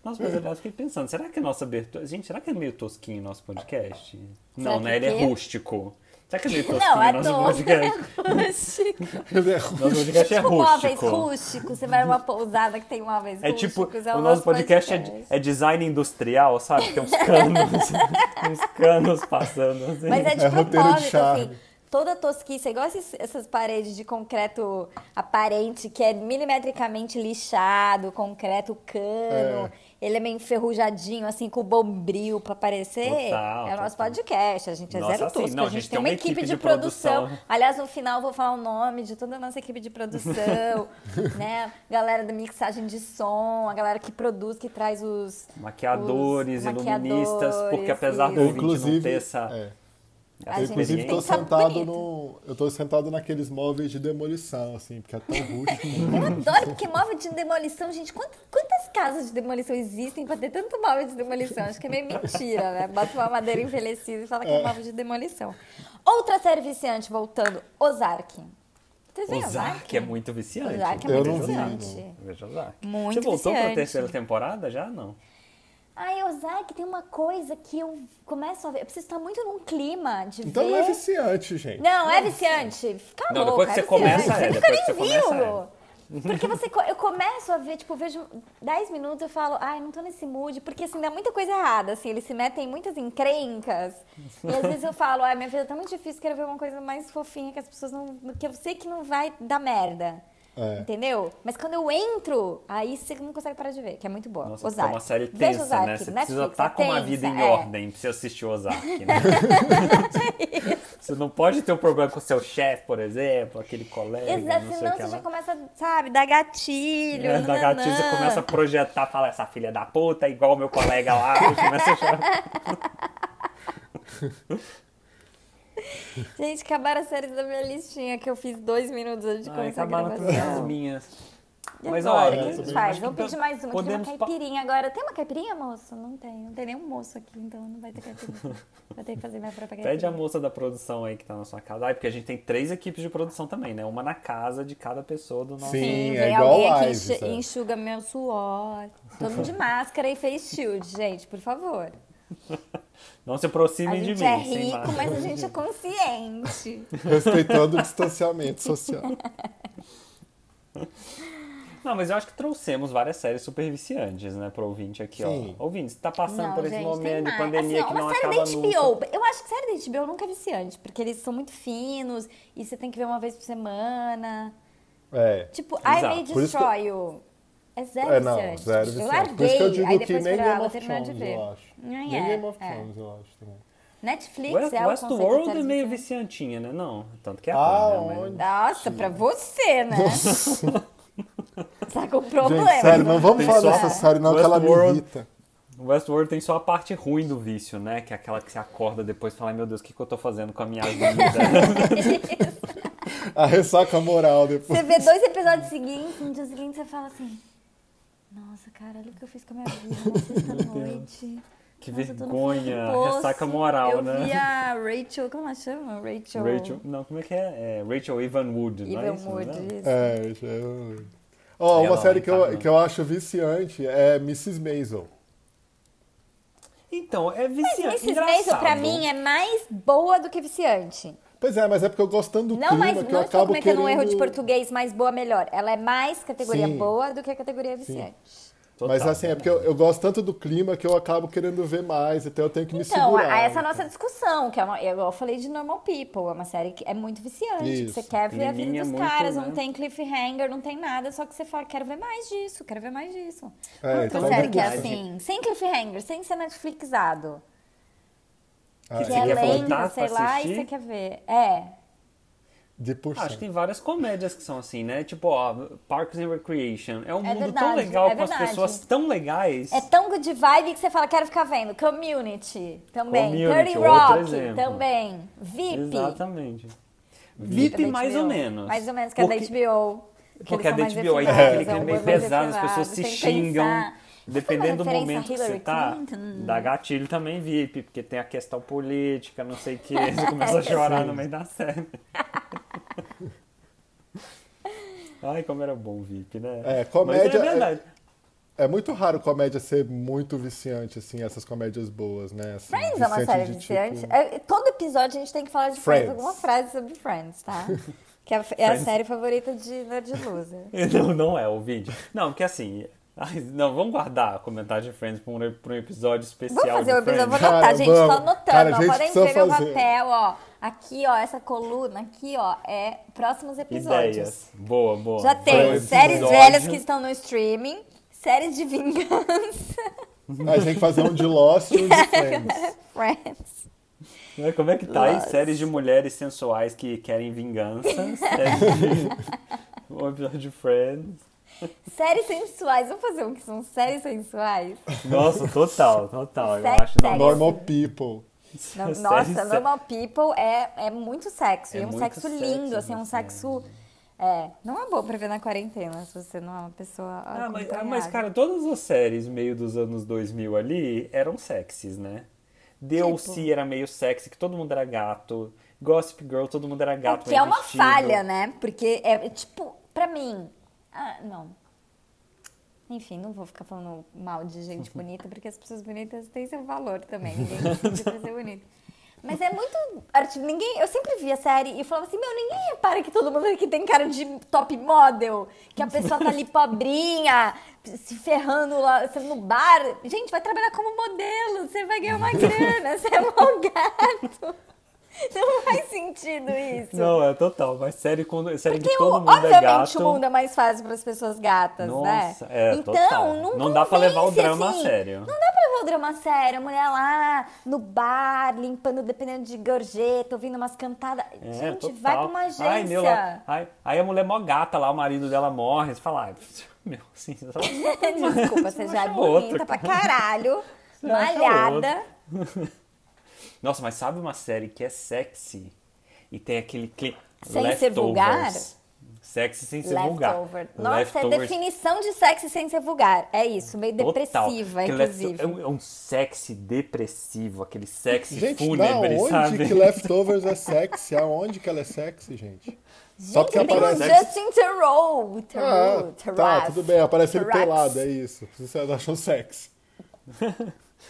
[SPEAKER 2] Nossa, mas aliás, eu fiquei pensando, será que a nossa abertura. Gente, será que é meio tosquinho o nosso podcast?
[SPEAKER 1] Será
[SPEAKER 2] não,
[SPEAKER 1] que
[SPEAKER 2] né? Ele
[SPEAKER 1] quê?
[SPEAKER 2] é rústico. Será que ele
[SPEAKER 1] Não,
[SPEAKER 2] tosquinha
[SPEAKER 1] é
[SPEAKER 2] nosso podcast?
[SPEAKER 1] <laughs> tosco.
[SPEAKER 3] Ele é
[SPEAKER 2] Nosso
[SPEAKER 1] <laughs>
[SPEAKER 2] podcast é
[SPEAKER 1] tipo móveis
[SPEAKER 2] rústico.
[SPEAKER 1] rústicos. Você vai numa pousada que tem móveis
[SPEAKER 2] É tipo,
[SPEAKER 1] rústicos. é
[SPEAKER 2] o nosso podcast é, de- é design industrial, sabe? Tem uns
[SPEAKER 1] <laughs>
[SPEAKER 2] canos, uns canos passando. Assim.
[SPEAKER 1] Mas é de
[SPEAKER 3] É roteiro de
[SPEAKER 1] propósito,
[SPEAKER 3] charme.
[SPEAKER 1] assim. Toda tosquice, é igual esses- essas paredes de concreto aparente, que é milimetricamente lixado, concreto cano, ele é meio enferrujadinho, assim, com bombril pra aparecer.
[SPEAKER 2] Total,
[SPEAKER 1] é o nosso
[SPEAKER 2] total.
[SPEAKER 1] podcast, a gente é
[SPEAKER 2] Nossa,
[SPEAKER 1] zero
[SPEAKER 2] assim,
[SPEAKER 1] tosco,
[SPEAKER 2] não,
[SPEAKER 1] a gente tem uma equipe, de, produção.
[SPEAKER 2] produção.
[SPEAKER 1] Aliás, no final eu vou falar o nome de toda a nossa equipe de produção, né? Galera da mixagem de som, a galera que produz, que traz os...
[SPEAKER 2] Maquiadores,
[SPEAKER 1] os
[SPEAKER 2] iluministas, porque apesar do
[SPEAKER 1] isso.
[SPEAKER 3] Eu,
[SPEAKER 2] ouvinte não
[SPEAKER 3] inclusive,
[SPEAKER 2] ter essa...
[SPEAKER 3] é.
[SPEAKER 1] A
[SPEAKER 3] Eu,
[SPEAKER 1] gente
[SPEAKER 3] inclusive,
[SPEAKER 1] tem
[SPEAKER 3] tô
[SPEAKER 1] que tá
[SPEAKER 3] sentado
[SPEAKER 1] bonito.
[SPEAKER 3] no. Eu tô sentado naqueles móveis de demolição, assim, porque é tão
[SPEAKER 1] <laughs>
[SPEAKER 3] rústico.
[SPEAKER 1] Eu adoro, porque móvel de demolição, gente, quant- quantas casas de demolição existem pra ter tanto móvel de demolição? Acho que é meio mentira, né? Bota uma madeira envelhecida e fala que é móvel de demolição. Outra série viciante, voltando, Ozark. Vocês veem
[SPEAKER 2] Ozark é muito viciante.
[SPEAKER 1] Ozark é
[SPEAKER 3] Eu
[SPEAKER 1] muito
[SPEAKER 3] não vi,
[SPEAKER 1] viciante.
[SPEAKER 2] Veja Ozark.
[SPEAKER 1] Muito
[SPEAKER 2] Você voltou pra
[SPEAKER 1] viciante.
[SPEAKER 2] terceira temporada já? Não.
[SPEAKER 1] Ai, Ozark tem uma coisa que eu começo a ver. Eu preciso estar muito num clima de
[SPEAKER 3] Então
[SPEAKER 1] ver.
[SPEAKER 3] não é viciante, gente.
[SPEAKER 1] Não, é viciante. Fica
[SPEAKER 2] Não,
[SPEAKER 1] louco.
[SPEAKER 2] depois que
[SPEAKER 1] é
[SPEAKER 2] você começa,
[SPEAKER 1] viciante.
[SPEAKER 2] é,
[SPEAKER 1] Você nunca
[SPEAKER 2] depois que
[SPEAKER 1] nem
[SPEAKER 2] você começa, é.
[SPEAKER 1] viu. Porque você, co- eu começo a ver, tipo, eu vejo 10 minutos eu falo, ai, não tô nesse mood, porque assim, dá muita coisa errada, assim, eles se metem em muitas encrencas. E às vezes eu falo, ai, minha vida tá muito difícil, quero ver uma coisa mais fofinha que as pessoas não. que eu sei que não vai dar merda.
[SPEAKER 3] É.
[SPEAKER 1] Entendeu? Mas quando eu entro, aí você não consegue parar de ver, que é muito boa.
[SPEAKER 2] Nossa,
[SPEAKER 1] Ozark.
[SPEAKER 2] é uma série
[SPEAKER 1] Veja
[SPEAKER 2] tensa,
[SPEAKER 1] Ozark,
[SPEAKER 2] né? Você precisa
[SPEAKER 1] Netflix,
[SPEAKER 2] estar
[SPEAKER 1] é
[SPEAKER 2] com uma
[SPEAKER 1] tensa,
[SPEAKER 2] vida em
[SPEAKER 1] é.
[SPEAKER 2] ordem pra você assistir Ozark,
[SPEAKER 1] <laughs>
[SPEAKER 2] né?
[SPEAKER 1] É
[SPEAKER 2] você não pode ter um problema com seu chefe, por exemplo, aquele colega,
[SPEAKER 1] Exato,
[SPEAKER 2] não sei
[SPEAKER 1] senão
[SPEAKER 2] o que
[SPEAKER 1] você já
[SPEAKER 2] lá.
[SPEAKER 1] começa, sabe, dar gatilho.
[SPEAKER 2] É, da
[SPEAKER 1] nananã.
[SPEAKER 2] gatinha você começa a projetar, fala, essa filha da puta é igual o meu colega lá, você começa a
[SPEAKER 1] <laughs>
[SPEAKER 2] chorar.
[SPEAKER 1] Gente, acabaram as séries da minha listinha, que eu fiz dois minutos antes de
[SPEAKER 2] Ai,
[SPEAKER 1] começar a
[SPEAKER 2] acabaram
[SPEAKER 1] gravação.
[SPEAKER 2] todas as minhas.
[SPEAKER 1] E
[SPEAKER 2] Mas
[SPEAKER 1] agora,
[SPEAKER 2] olha,
[SPEAKER 1] o que a
[SPEAKER 3] eu
[SPEAKER 1] gente
[SPEAKER 3] também
[SPEAKER 1] faz?
[SPEAKER 2] acho que
[SPEAKER 1] Vamos pedir mais uma,
[SPEAKER 2] podemos
[SPEAKER 1] que tem
[SPEAKER 2] pa-
[SPEAKER 1] uma caipirinha agora. Tem uma caipirinha, moço? Não tem, não tem nenhum moço aqui, então não vai ter caipirinha. Vou ter que fazer minha própria caipirinha.
[SPEAKER 2] Pede a moça da produção aí que tá na sua casa. Ai, porque a gente tem três equipes de produção também, né? Uma na casa de cada pessoa do nosso.
[SPEAKER 3] Sim.
[SPEAKER 1] Sim,
[SPEAKER 3] é
[SPEAKER 1] vem
[SPEAKER 3] igual
[SPEAKER 1] alguém aqui
[SPEAKER 3] lives,
[SPEAKER 1] enxu-
[SPEAKER 3] é.
[SPEAKER 1] enxuga meu suor. Todo mundo de máscara e face shield, gente, por favor.
[SPEAKER 2] Não se aproximem
[SPEAKER 1] A
[SPEAKER 2] de
[SPEAKER 1] gente
[SPEAKER 2] mim.
[SPEAKER 1] é
[SPEAKER 2] sem
[SPEAKER 1] rico,
[SPEAKER 2] máscara.
[SPEAKER 1] mas a gente é consciente.
[SPEAKER 3] Respeitando o distanciamento social.
[SPEAKER 2] Não, mas eu acho que trouxemos várias séries super viciantes, né, pro ouvinte aqui,
[SPEAKER 3] Sim.
[SPEAKER 2] ó. Ouvinte, tá passando por esse
[SPEAKER 1] gente, tem
[SPEAKER 2] momento de
[SPEAKER 1] mais.
[SPEAKER 2] pandemia
[SPEAKER 1] Assim,
[SPEAKER 2] que
[SPEAKER 1] ó,
[SPEAKER 2] não
[SPEAKER 1] uma série
[SPEAKER 2] acaba
[SPEAKER 1] da
[SPEAKER 2] nunca.
[SPEAKER 1] HBO. Eu acho que série da HBO nunca é viciante, porque eles são muito finos e você tem que ver uma vez por semana.
[SPEAKER 3] É.
[SPEAKER 1] Tipo, I
[SPEAKER 2] Exato.
[SPEAKER 1] May
[SPEAKER 3] Por isso que eu-
[SPEAKER 1] Destroy You. É zero
[SPEAKER 3] É, não,
[SPEAKER 1] viciante.
[SPEAKER 3] zero
[SPEAKER 1] Eu
[SPEAKER 3] viciante.
[SPEAKER 1] larguei,
[SPEAKER 3] Por isso que eu
[SPEAKER 1] aí
[SPEAKER 3] digo que
[SPEAKER 1] depois
[SPEAKER 3] nem
[SPEAKER 1] pra,
[SPEAKER 3] Game
[SPEAKER 1] vou
[SPEAKER 3] of
[SPEAKER 1] terminar
[SPEAKER 3] Thrones,
[SPEAKER 1] de ver.
[SPEAKER 3] eu acho.
[SPEAKER 1] Nem
[SPEAKER 3] Nem
[SPEAKER 1] é,
[SPEAKER 3] Game of
[SPEAKER 1] é.
[SPEAKER 3] Thrones, eu acho também.
[SPEAKER 1] Netflix
[SPEAKER 2] West,
[SPEAKER 1] é o conceito de
[SPEAKER 2] Westworld
[SPEAKER 1] séries
[SPEAKER 2] é meio
[SPEAKER 1] viciantes.
[SPEAKER 2] viciantinha, né? Não, tanto que é
[SPEAKER 3] Ah,
[SPEAKER 2] ruim, né? Mas-
[SPEAKER 3] Aonde?
[SPEAKER 1] Nossa, pra você,
[SPEAKER 3] <laughs>
[SPEAKER 1] né?
[SPEAKER 3] Nossa,
[SPEAKER 1] Tá com problema.
[SPEAKER 3] gente, sério, não vamos
[SPEAKER 2] Tem
[SPEAKER 3] falar
[SPEAKER 2] só
[SPEAKER 3] dessa série, não, que ela me
[SPEAKER 2] Westworld.
[SPEAKER 3] irrita.
[SPEAKER 2] O Westworld tem só a parte ruim do vício, né? Que é aquela que você acorda depois e fala, "Ai, meu Deus, o que, que eu tô fazendo
[SPEAKER 1] <laughs>
[SPEAKER 2] com a minha vida?
[SPEAKER 3] A ressaca moral depois.
[SPEAKER 1] Você vê dois episódios seguintes, no dia seguinte você fala assim... Nossa, cara, olha o que eu fiz com a minha vida nossa, esta noite.
[SPEAKER 2] que
[SPEAKER 1] Nossa, eu tô no
[SPEAKER 2] vergonha,
[SPEAKER 1] fundo do poço.
[SPEAKER 2] É, ressaca moral,
[SPEAKER 1] eu
[SPEAKER 2] né?
[SPEAKER 1] vi a Rachel, como ela chama? Rachel.
[SPEAKER 2] Rachel, não, como é que é? é Rachel Evanwood, não é
[SPEAKER 1] Evil
[SPEAKER 2] isso?
[SPEAKER 1] Mood.
[SPEAKER 2] Né?
[SPEAKER 1] isso.
[SPEAKER 3] É, já... Ó,
[SPEAKER 2] Ela
[SPEAKER 3] uma série que eu,
[SPEAKER 2] lamentável.
[SPEAKER 3] que eu acho viciante é Mrs. Maisel.
[SPEAKER 2] Então, é
[SPEAKER 1] Mas
[SPEAKER 2] viciante,
[SPEAKER 1] Mrs. Maisel,
[SPEAKER 2] engraçado.
[SPEAKER 1] pra mim, é mais boa do que viciante.
[SPEAKER 3] Pois é, mas é porque eu gostando do
[SPEAKER 1] Não,
[SPEAKER 3] clima
[SPEAKER 2] é
[SPEAKER 1] mais,
[SPEAKER 3] que
[SPEAKER 1] não
[SPEAKER 3] eu
[SPEAKER 1] estou
[SPEAKER 3] acabo
[SPEAKER 1] cometendo
[SPEAKER 3] querendo...
[SPEAKER 1] um erro de português, mais boa, melhor. Ela é mais categoria
[SPEAKER 3] Sim.
[SPEAKER 1] boa do que a categoria viciante.
[SPEAKER 2] Total,
[SPEAKER 3] Mas assim, é porque eu, eu gosto tanto do clima que eu acabo querendo ver mais, então eu tenho que me
[SPEAKER 1] Então,
[SPEAKER 3] segurar.
[SPEAKER 1] a, essa nossa discussão, que é uma, eu falei de Normal People, é uma série que é muito viciante, que
[SPEAKER 3] Isso.
[SPEAKER 1] você quer ver a vida
[SPEAKER 2] Climinha
[SPEAKER 1] dos
[SPEAKER 2] muito,
[SPEAKER 1] caras, não
[SPEAKER 2] né?
[SPEAKER 1] tem cliffhanger, não tem nada, só que você fala, quero ver mais disso, quero ver mais disso.
[SPEAKER 3] É,
[SPEAKER 1] Outra
[SPEAKER 3] então é
[SPEAKER 1] série que é
[SPEAKER 2] verdade.
[SPEAKER 1] assim, sem cliffhanger, sem ser Netflixado.
[SPEAKER 3] Ah,
[SPEAKER 1] Que
[SPEAKER 2] Você
[SPEAKER 1] é
[SPEAKER 2] quer
[SPEAKER 1] lenta,
[SPEAKER 2] voltar
[SPEAKER 1] sei
[SPEAKER 2] pra
[SPEAKER 1] lá, e
[SPEAKER 2] assistir?
[SPEAKER 1] você quer ver. É,
[SPEAKER 3] De por
[SPEAKER 2] Ah, Acho que
[SPEAKER 3] cento.
[SPEAKER 2] tem várias comédias que são assim, né? Tipo, ó, Parks and Recreation. É um mundo tão
[SPEAKER 1] verdade,
[SPEAKER 2] legal,
[SPEAKER 1] é
[SPEAKER 2] com as
[SPEAKER 1] verdade.
[SPEAKER 2] pessoas tão legais.
[SPEAKER 1] É tão good vibe que você fala, quero ficar vendo. Community também.
[SPEAKER 2] Community,
[SPEAKER 1] Dirty
[SPEAKER 2] outro
[SPEAKER 1] Rock
[SPEAKER 2] exemplo.
[SPEAKER 1] também. VIP.
[SPEAKER 2] Exatamente.
[SPEAKER 1] da
[SPEAKER 2] VIP, mais
[SPEAKER 1] HBO.
[SPEAKER 2] ou menos.
[SPEAKER 1] Mais ou menos, que é da
[SPEAKER 2] Porque-
[SPEAKER 1] HBO. que
[SPEAKER 2] Porque a
[SPEAKER 1] eles
[SPEAKER 2] da
[SPEAKER 1] são mais
[SPEAKER 2] HBO aí tem
[SPEAKER 1] refinados,
[SPEAKER 2] aquele
[SPEAKER 1] é um
[SPEAKER 2] clima meio
[SPEAKER 1] humor mais
[SPEAKER 2] pesado, as
[SPEAKER 1] refinado,
[SPEAKER 2] pessoas se
[SPEAKER 1] tem que
[SPEAKER 2] xingam.
[SPEAKER 1] pensar.
[SPEAKER 2] Dependendo do
[SPEAKER 1] referência a
[SPEAKER 2] momento que você
[SPEAKER 1] Hillary
[SPEAKER 2] tá,
[SPEAKER 1] Clinton?
[SPEAKER 2] dá gatilho também VIP, porque tem a questão política, não sei
[SPEAKER 1] <laughs>
[SPEAKER 2] o que, você começa a
[SPEAKER 1] É,
[SPEAKER 2] chorar no meio da série. <laughs> Ai, como era bom o VIP, né?
[SPEAKER 3] É,
[SPEAKER 2] Mas
[SPEAKER 3] comédia-
[SPEAKER 2] é né? verdade. <laughs>
[SPEAKER 3] É muito raro comédia ser muito viciante, assim, essas comédias boas, né? Assim,
[SPEAKER 1] Friends é uma
[SPEAKER 3] viciante
[SPEAKER 1] série
[SPEAKER 3] de
[SPEAKER 1] viciante.
[SPEAKER 3] tipo-
[SPEAKER 1] É, todo episódio a gente tem que falar de Friends,
[SPEAKER 3] Friends.
[SPEAKER 1] alguma frase sobre Friends,
[SPEAKER 3] <laughs>
[SPEAKER 1] tá? Que é a, é a série favorita de Nerd Loser.
[SPEAKER 2] Não, não é o vídeo. Não, porque assim. ai, Não, vamos guardar comentário de Friends para um, pra um episódio especial.
[SPEAKER 1] Vamos fazer
[SPEAKER 2] de
[SPEAKER 1] um episódio, eu vou
[SPEAKER 2] Friends.
[SPEAKER 1] anotar,
[SPEAKER 3] Cara,
[SPEAKER 1] gente,
[SPEAKER 3] vamos.
[SPEAKER 1] tô anotando,
[SPEAKER 3] Cara, a
[SPEAKER 1] ó,
[SPEAKER 3] gente
[SPEAKER 1] podem
[SPEAKER 3] precisa
[SPEAKER 1] ver meu
[SPEAKER 3] fazer.
[SPEAKER 1] papel, ó. Aqui, ó, essa coluna aqui, ó, é próximos episódios.
[SPEAKER 2] Ideias. Boa, boa.
[SPEAKER 1] Já tem
[SPEAKER 2] Foi um
[SPEAKER 1] séries
[SPEAKER 2] episódio.
[SPEAKER 1] velhas que estão no streaming, séries de vingança, <laughs>
[SPEAKER 3] A gente tem que fazer um de Lost e um de Friends.
[SPEAKER 1] Friends.
[SPEAKER 2] Né, Como é que tá aí?
[SPEAKER 1] Nossa.
[SPEAKER 2] Séries de mulheres sensuais que querem
[SPEAKER 1] <laughs>
[SPEAKER 2] vingança. séries de... Um episódio de Friends.
[SPEAKER 1] Séries sensuais, vamos fazer um que são séries
[SPEAKER 2] <laughs>
[SPEAKER 1] sensuais?
[SPEAKER 2] Nossa, total, total. Eu
[SPEAKER 1] Sério,
[SPEAKER 2] acho
[SPEAKER 1] sério.
[SPEAKER 3] Normal People.
[SPEAKER 1] Não-
[SPEAKER 2] Séries,
[SPEAKER 1] Nossa,
[SPEAKER 2] séries.
[SPEAKER 1] Normal People é, é muito sexo.
[SPEAKER 2] É
[SPEAKER 1] e é um
[SPEAKER 2] muito
[SPEAKER 1] sexo lindo,
[SPEAKER 2] sexo,
[SPEAKER 1] assim, é um
[SPEAKER 2] assim,
[SPEAKER 1] sexo. É, não é bom pra ver na quarentena se você não é uma pessoa.
[SPEAKER 2] Ah, mas, ah,
[SPEAKER 1] acompanhada.
[SPEAKER 2] mas, cara, todas as séries meio dos anos 2000 ali eram sexys, né? DLC
[SPEAKER 1] Tipo.
[SPEAKER 2] era meio sexy, que todo mundo era gato. Gossip Girl, todo mundo era
[SPEAKER 1] É
[SPEAKER 2] gato.
[SPEAKER 1] que
[SPEAKER 2] bem
[SPEAKER 1] é uma
[SPEAKER 2] vestido.
[SPEAKER 1] falha, né? Porque é, é tipo, pra mim. Ah, não. Enfim, não vou ficar falando mal de gente bonita, porque as pessoas bonitas têm seu valor também. né? Ninguém decide pra ser bonita. Mas é muito. arte- Ninguém, eu sempre vi a série e falava assim: meu, ninguém repara que todo mundo aqui tem cara de top model, que a pessoa tá ali pobrinha, se ferrando lá sendo no bar. Gente, vai trabalhar como modelo, você vai ganhar uma grana, você é mó gato. Não faz sentido isso.
[SPEAKER 2] Não, é total. Mas série, quando, série
[SPEAKER 1] Porque,
[SPEAKER 2] que todo
[SPEAKER 1] o-
[SPEAKER 2] mundo é
[SPEAKER 1] obviamente,
[SPEAKER 2] gato.
[SPEAKER 1] o mundo é mais fácil para as pessoas gatas, né?
[SPEAKER 2] Nossa, é,
[SPEAKER 1] então,
[SPEAKER 2] total.
[SPEAKER 1] não
[SPEAKER 2] Não dá pra
[SPEAKER 1] convence,
[SPEAKER 2] levar o drama a
[SPEAKER 1] assim.
[SPEAKER 2] sério.
[SPEAKER 1] Não dá pra levar o drama a sério. A mulher lá no bar, limpando, dependendo de gorjeta, ouvindo umas cantadas.
[SPEAKER 2] É,
[SPEAKER 1] Gente,
[SPEAKER 2] total.
[SPEAKER 1] vai pra uma agência.
[SPEAKER 2] Ai, meu, lá- ai, aí a mulher é mó gata lá, o marido dela morre. Você fala, ai, <laughs> pff, meu, assim, só-
[SPEAKER 1] <laughs> Desculpa, você já é
[SPEAKER 2] Acha outra,
[SPEAKER 1] bonita pra
[SPEAKER 2] cara.
[SPEAKER 1] caralho.
[SPEAKER 2] acha
[SPEAKER 1] malhada.
[SPEAKER 2] <laughs> Nossa, mas sabe uma série que é sexy e tem aquele clipe
[SPEAKER 1] Sem
[SPEAKER 2] leftovers.
[SPEAKER 1] ser vulgar?
[SPEAKER 2] Sexy sem ser vulgar.
[SPEAKER 1] Leftover. Nossa, é
[SPEAKER 2] Leftovers,
[SPEAKER 1] definição de sexy sem ser vulgar. É isso, meio
[SPEAKER 2] total.
[SPEAKER 1] depressiva,
[SPEAKER 2] Aquele lefto-
[SPEAKER 1] inclusive.
[SPEAKER 2] É um, é um sexy depressivo, aquele sexy
[SPEAKER 3] Gente,
[SPEAKER 2] fúnebre,
[SPEAKER 3] não, onde
[SPEAKER 2] sabe?
[SPEAKER 3] que Leftovers é sexy? Aonde que ela é sexy, gente? Só porque
[SPEAKER 1] Gente, tem o
[SPEAKER 3] aparece...
[SPEAKER 1] Justin Theroux.
[SPEAKER 3] Ah,
[SPEAKER 1] Theroux,
[SPEAKER 3] tá,
[SPEAKER 1] Theroux.
[SPEAKER 3] tudo bem, aparece ele
[SPEAKER 1] Terrax.
[SPEAKER 3] pelado, é isso. Você achou sexy.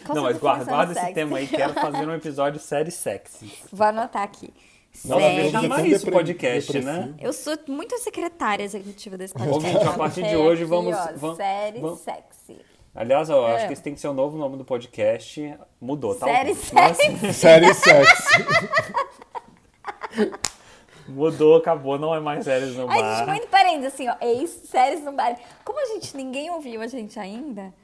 [SPEAKER 1] Qual sua
[SPEAKER 2] Não, mas guarda,
[SPEAKER 1] definição
[SPEAKER 2] guarda
[SPEAKER 1] de
[SPEAKER 2] esse
[SPEAKER 1] é sexy?
[SPEAKER 2] tema aí, quero fazer um episódio série sexy.
[SPEAKER 1] Vou anotar aqui.
[SPEAKER 2] Nossa,
[SPEAKER 1] Sério.
[SPEAKER 2] veja
[SPEAKER 3] Gente, é
[SPEAKER 2] mais
[SPEAKER 3] tão
[SPEAKER 2] isso o podcast,
[SPEAKER 3] depressivo.
[SPEAKER 2] né?
[SPEAKER 1] Eu sou muito secretária executiva desse podcast.
[SPEAKER 2] Ouvinte, a partir de hoje,
[SPEAKER 1] Aqui,
[SPEAKER 2] vamos-
[SPEAKER 1] ó,
[SPEAKER 2] vamos-
[SPEAKER 1] série
[SPEAKER 2] vamos-
[SPEAKER 1] sexy.
[SPEAKER 2] Aliás, ó,
[SPEAKER 1] É.
[SPEAKER 2] acho que esse tem que ser o novo nome do podcast. Mudou, tá?
[SPEAKER 1] Série
[SPEAKER 2] ouvinte? Nossa,
[SPEAKER 1] sexy.
[SPEAKER 3] Série sexy. <laughs>
[SPEAKER 2] Mudou, acabou, não é mais séries no
[SPEAKER 1] Ai, gente,
[SPEAKER 2] bar.
[SPEAKER 1] muito parênteses, assim, ó. Ex, séries no bar. Como a gente, ninguém ouviu a gente ainda,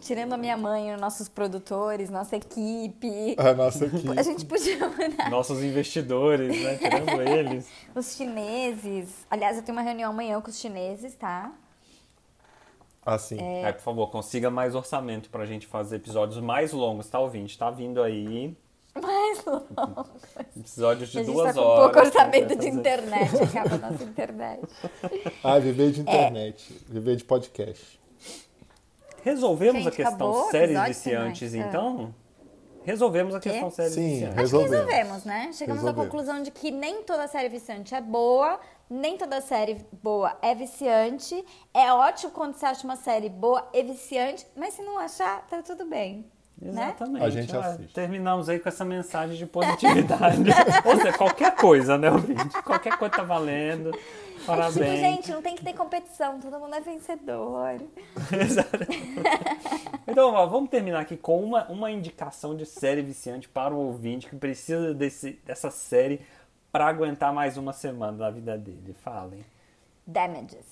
[SPEAKER 1] tirando a minha mãe, os nossos produtores, nossa equipe,
[SPEAKER 3] A Ah, nossa aqui.
[SPEAKER 1] a gente podia mandar
[SPEAKER 2] Nossos investidores, né?
[SPEAKER 1] <laughs>
[SPEAKER 2] Tirando eles.
[SPEAKER 1] os chineses. Aliás, eu tenho uma reunião amanhã com os chineses, tá?
[SPEAKER 3] Assim.
[SPEAKER 1] É.
[SPEAKER 2] Ai, por favor, consiga mais orçamento pra gente fazer episódios mais longos, tá ouvinte? Tá vindo aí
[SPEAKER 1] Mas logo.
[SPEAKER 2] episódios de
[SPEAKER 1] a gente
[SPEAKER 2] duas
[SPEAKER 1] tá com
[SPEAKER 2] horas.
[SPEAKER 1] pouco orçamento
[SPEAKER 2] né,
[SPEAKER 1] de
[SPEAKER 2] fazer-
[SPEAKER 1] internet, acaba a nossa internet.
[SPEAKER 3] Ah, viver
[SPEAKER 1] É.
[SPEAKER 3] de internet. Viver de podcast.
[SPEAKER 2] Resolvemos
[SPEAKER 1] Gente,
[SPEAKER 2] a questão
[SPEAKER 1] acabou o
[SPEAKER 2] séries
[SPEAKER 1] episódio,
[SPEAKER 2] viciantes,
[SPEAKER 1] Tomás? Ah.
[SPEAKER 2] então? Resolvemos a
[SPEAKER 1] Quê?
[SPEAKER 2] questão séries
[SPEAKER 3] Sim,
[SPEAKER 2] viciantes.
[SPEAKER 1] Acho que
[SPEAKER 3] Resolvemos.
[SPEAKER 1] resolvemos, né? Chegamos à
[SPEAKER 3] Resolvemos.
[SPEAKER 1] conclusão de que nem toda série viciante é boa, nem toda série boa é viciante. É ótimo quando você acha uma série boa e viciante, mas se não achar, tá tudo bem. Né?
[SPEAKER 2] Exatamente.
[SPEAKER 3] A gente
[SPEAKER 2] Ah,
[SPEAKER 3] assiste.
[SPEAKER 2] terminamos aí com essa mensagem
[SPEAKER 1] <laughs>
[SPEAKER 2] de positividade. Ou seja, qualquer coisa, né, ouvinte? Qualquer coisa tá valendo.
[SPEAKER 1] É tipo,
[SPEAKER 2] Parabéns.
[SPEAKER 1] gente, não tem que ter competição, todo mundo é vencedor.
[SPEAKER 2] <laughs> Exato. então, ó, vamos terminar aqui com uma, uma indicação de série viciante para o ouvinte que precisa desse, dessa série para aguentar mais uma semana da vida dele. Falem.
[SPEAKER 1] Damages.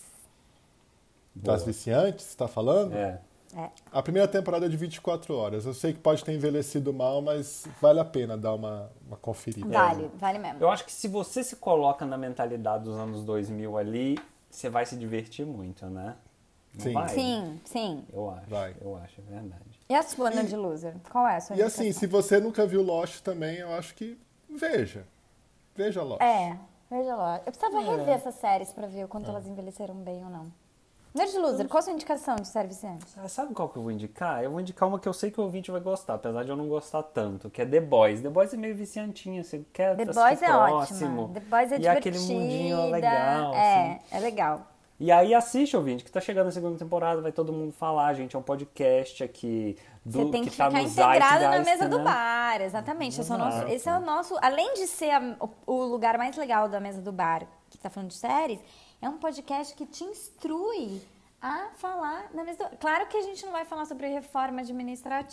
[SPEAKER 3] Das viciantes, você tá falando?
[SPEAKER 2] É.
[SPEAKER 1] É.
[SPEAKER 3] A primeira temporada é de 24 horas. Eu sei que pode ter envelhecido mal, mas vale a pena dar uma, uma conferida.
[SPEAKER 1] Vale, vale mesmo.
[SPEAKER 2] Eu acho que se você se coloca na mentalidade dos anos 2000 ali, você vai se divertir muito, né? Não
[SPEAKER 3] Sim.
[SPEAKER 2] vai?
[SPEAKER 1] Sim, sim.
[SPEAKER 2] Eu acho.
[SPEAKER 3] Vai.
[SPEAKER 2] Eu acho, é verdade.
[SPEAKER 1] E a sua, Nerd Loser? Qual é a sua
[SPEAKER 3] E assim,
[SPEAKER 1] indicação?
[SPEAKER 3] se você nunca viu Lost também, eu acho que veja. Veja Lost.
[SPEAKER 1] É, veja lá. Eu
[SPEAKER 3] É.
[SPEAKER 1] precisava rever essas séries pra ver o quanto elas envelheceram bem ou não. Nerd Loser, qual a sua indicação de série viciante?
[SPEAKER 2] Ah, Sabe qual que eu vou indicar? Eu vou indicar uma que eu sei que o ouvinte vai gostar, apesar de eu não gostar tanto, que é The Boys. The Boys é meio viciantinha, você quer
[SPEAKER 1] The
[SPEAKER 2] assistir
[SPEAKER 1] Boys é
[SPEAKER 2] próximo.
[SPEAKER 1] ótima. The Boys é
[SPEAKER 2] e
[SPEAKER 1] divertida.
[SPEAKER 2] aquele mundinho legal,
[SPEAKER 1] É,
[SPEAKER 2] assim.
[SPEAKER 1] é legal.
[SPEAKER 2] E aí assiste, ouvinte, que tá chegando a segunda temporada, vai todo mundo falar, gente, é um podcast aqui do
[SPEAKER 1] Você tem que,
[SPEAKER 2] tá
[SPEAKER 1] ficar
[SPEAKER 2] no
[SPEAKER 1] integrado na
[SPEAKER 2] Zeitgeist,
[SPEAKER 1] mesa do
[SPEAKER 2] né?
[SPEAKER 1] bar, exatamente. Esse é, o nosso,
[SPEAKER 2] Exato.
[SPEAKER 1] esse é o nosso. Além de ser a- o, o lugar mais legal da mesa do bar, que tá falando de séries, é um podcast que te instrui a falar na mesa do bar. Claro que a gente não vai falar sobre reforma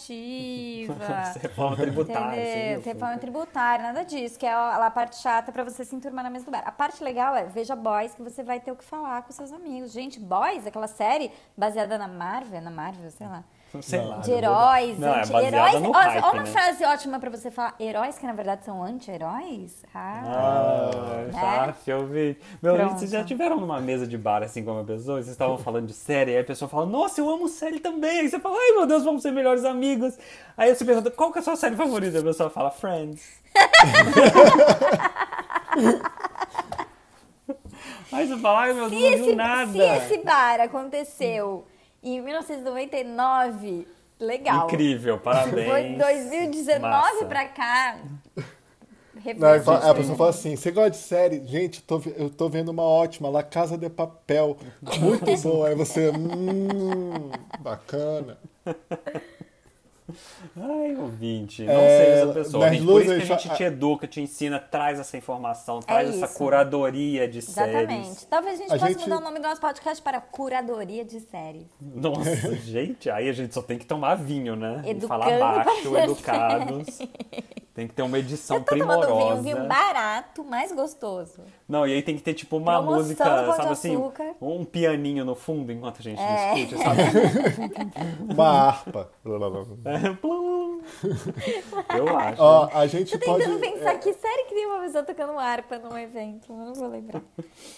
[SPEAKER 2] <laughs>
[SPEAKER 1] administrativa.
[SPEAKER 2] Reforma é tributária.
[SPEAKER 1] Entendeu? é
[SPEAKER 2] assim,
[SPEAKER 1] Reforma
[SPEAKER 2] eu-
[SPEAKER 1] tributária, nada disso, que é a, a parte chata pra você se enturmar na mesa do bar. A parte legal é, veja Boys, que você vai ter o que falar com seus amigos. Gente, Boys, aquela série baseada na Marvel, na Marvel, sei lá.
[SPEAKER 2] Ah, Não sei lá.
[SPEAKER 1] De heróis,
[SPEAKER 2] Não, é baseada
[SPEAKER 1] anti-heróis.
[SPEAKER 2] no
[SPEAKER 1] Ó,
[SPEAKER 2] hype,
[SPEAKER 1] ó uma
[SPEAKER 2] né?
[SPEAKER 1] frase ótima pra você falar: heróis que na verdade são anti-heróis? Ah.
[SPEAKER 2] Ah, fácil, eu vi. Meu,
[SPEAKER 1] Pronto.
[SPEAKER 2] vocês já tiveram numa mesa de bar assim com uma pessoa, e vocês estavam falando de série, aí a pessoa fala, nossa, eu amo série também. Aí você fala, ai meu Deus, vamos ser melhores amigos. Aí você pergunta, qual que é a sua série favorita? A pessoa fala, Friends. <laughs> aí você fala, ai meu
[SPEAKER 1] Se,
[SPEAKER 2] Deus, não
[SPEAKER 1] esse,
[SPEAKER 2] viu nada.
[SPEAKER 1] se esse bar aconteceu em 1999, legal.
[SPEAKER 2] Incrível,
[SPEAKER 1] é Foi em
[SPEAKER 2] parabéns.
[SPEAKER 1] 2019
[SPEAKER 2] Massa.
[SPEAKER 1] pra cá.
[SPEAKER 3] Não, aí
[SPEAKER 1] reflexões.
[SPEAKER 3] fala- a pessoa fala assim: você gosta de série? Gente, tô ve- eu tô vendo uma ótima, La Casa de Papel.
[SPEAKER 1] <laughs>
[SPEAKER 3] Muito bom. Aí você, hum, bacana.
[SPEAKER 2] Ai, ouvinte, não
[SPEAKER 3] É,
[SPEAKER 2] seja essa pessoa.
[SPEAKER 3] Nerd
[SPEAKER 2] Ouvinte, por isso
[SPEAKER 3] Loser,
[SPEAKER 2] que a gente
[SPEAKER 3] só-
[SPEAKER 2] te educa, te ensina, traz essa informação,
[SPEAKER 1] É
[SPEAKER 2] traz essa
[SPEAKER 1] isso.
[SPEAKER 2] curadoria de séries.
[SPEAKER 1] Exatamente. Talvez a gente
[SPEAKER 3] A
[SPEAKER 1] possa
[SPEAKER 3] gente-
[SPEAKER 1] mudar o nome do nosso podcast para Curadoria de Séries.
[SPEAKER 3] <laughs>
[SPEAKER 2] Nossa, gente, aí a gente só tem que tomar vinho, né? E
[SPEAKER 1] Educando
[SPEAKER 2] falar baixo,
[SPEAKER 1] bastante.
[SPEAKER 2] educados. Tem que ter uma edição
[SPEAKER 3] um
[SPEAKER 1] Eu tô tomando
[SPEAKER 2] primorosa.
[SPEAKER 1] vinho, vinho barato, mais gostoso.
[SPEAKER 2] Não, e aí tem que ter tipo uma
[SPEAKER 1] Promoção
[SPEAKER 2] música,
[SPEAKER 1] do Pão de
[SPEAKER 2] sabe assim,
[SPEAKER 1] Açúcar.
[SPEAKER 2] um pianinho no fundo enquanto a gente
[SPEAKER 1] É.
[SPEAKER 2] discute, sabe?
[SPEAKER 3] Uma
[SPEAKER 1] <laughs>
[SPEAKER 3] harpa.
[SPEAKER 2] É, plum. Eu acho.
[SPEAKER 3] Ó, a gente
[SPEAKER 1] Tô
[SPEAKER 3] Tipo, pode. é.
[SPEAKER 1] tentando pensar que série que tem uma pessoa tocando harpa num evento. Eu não vou lembrar.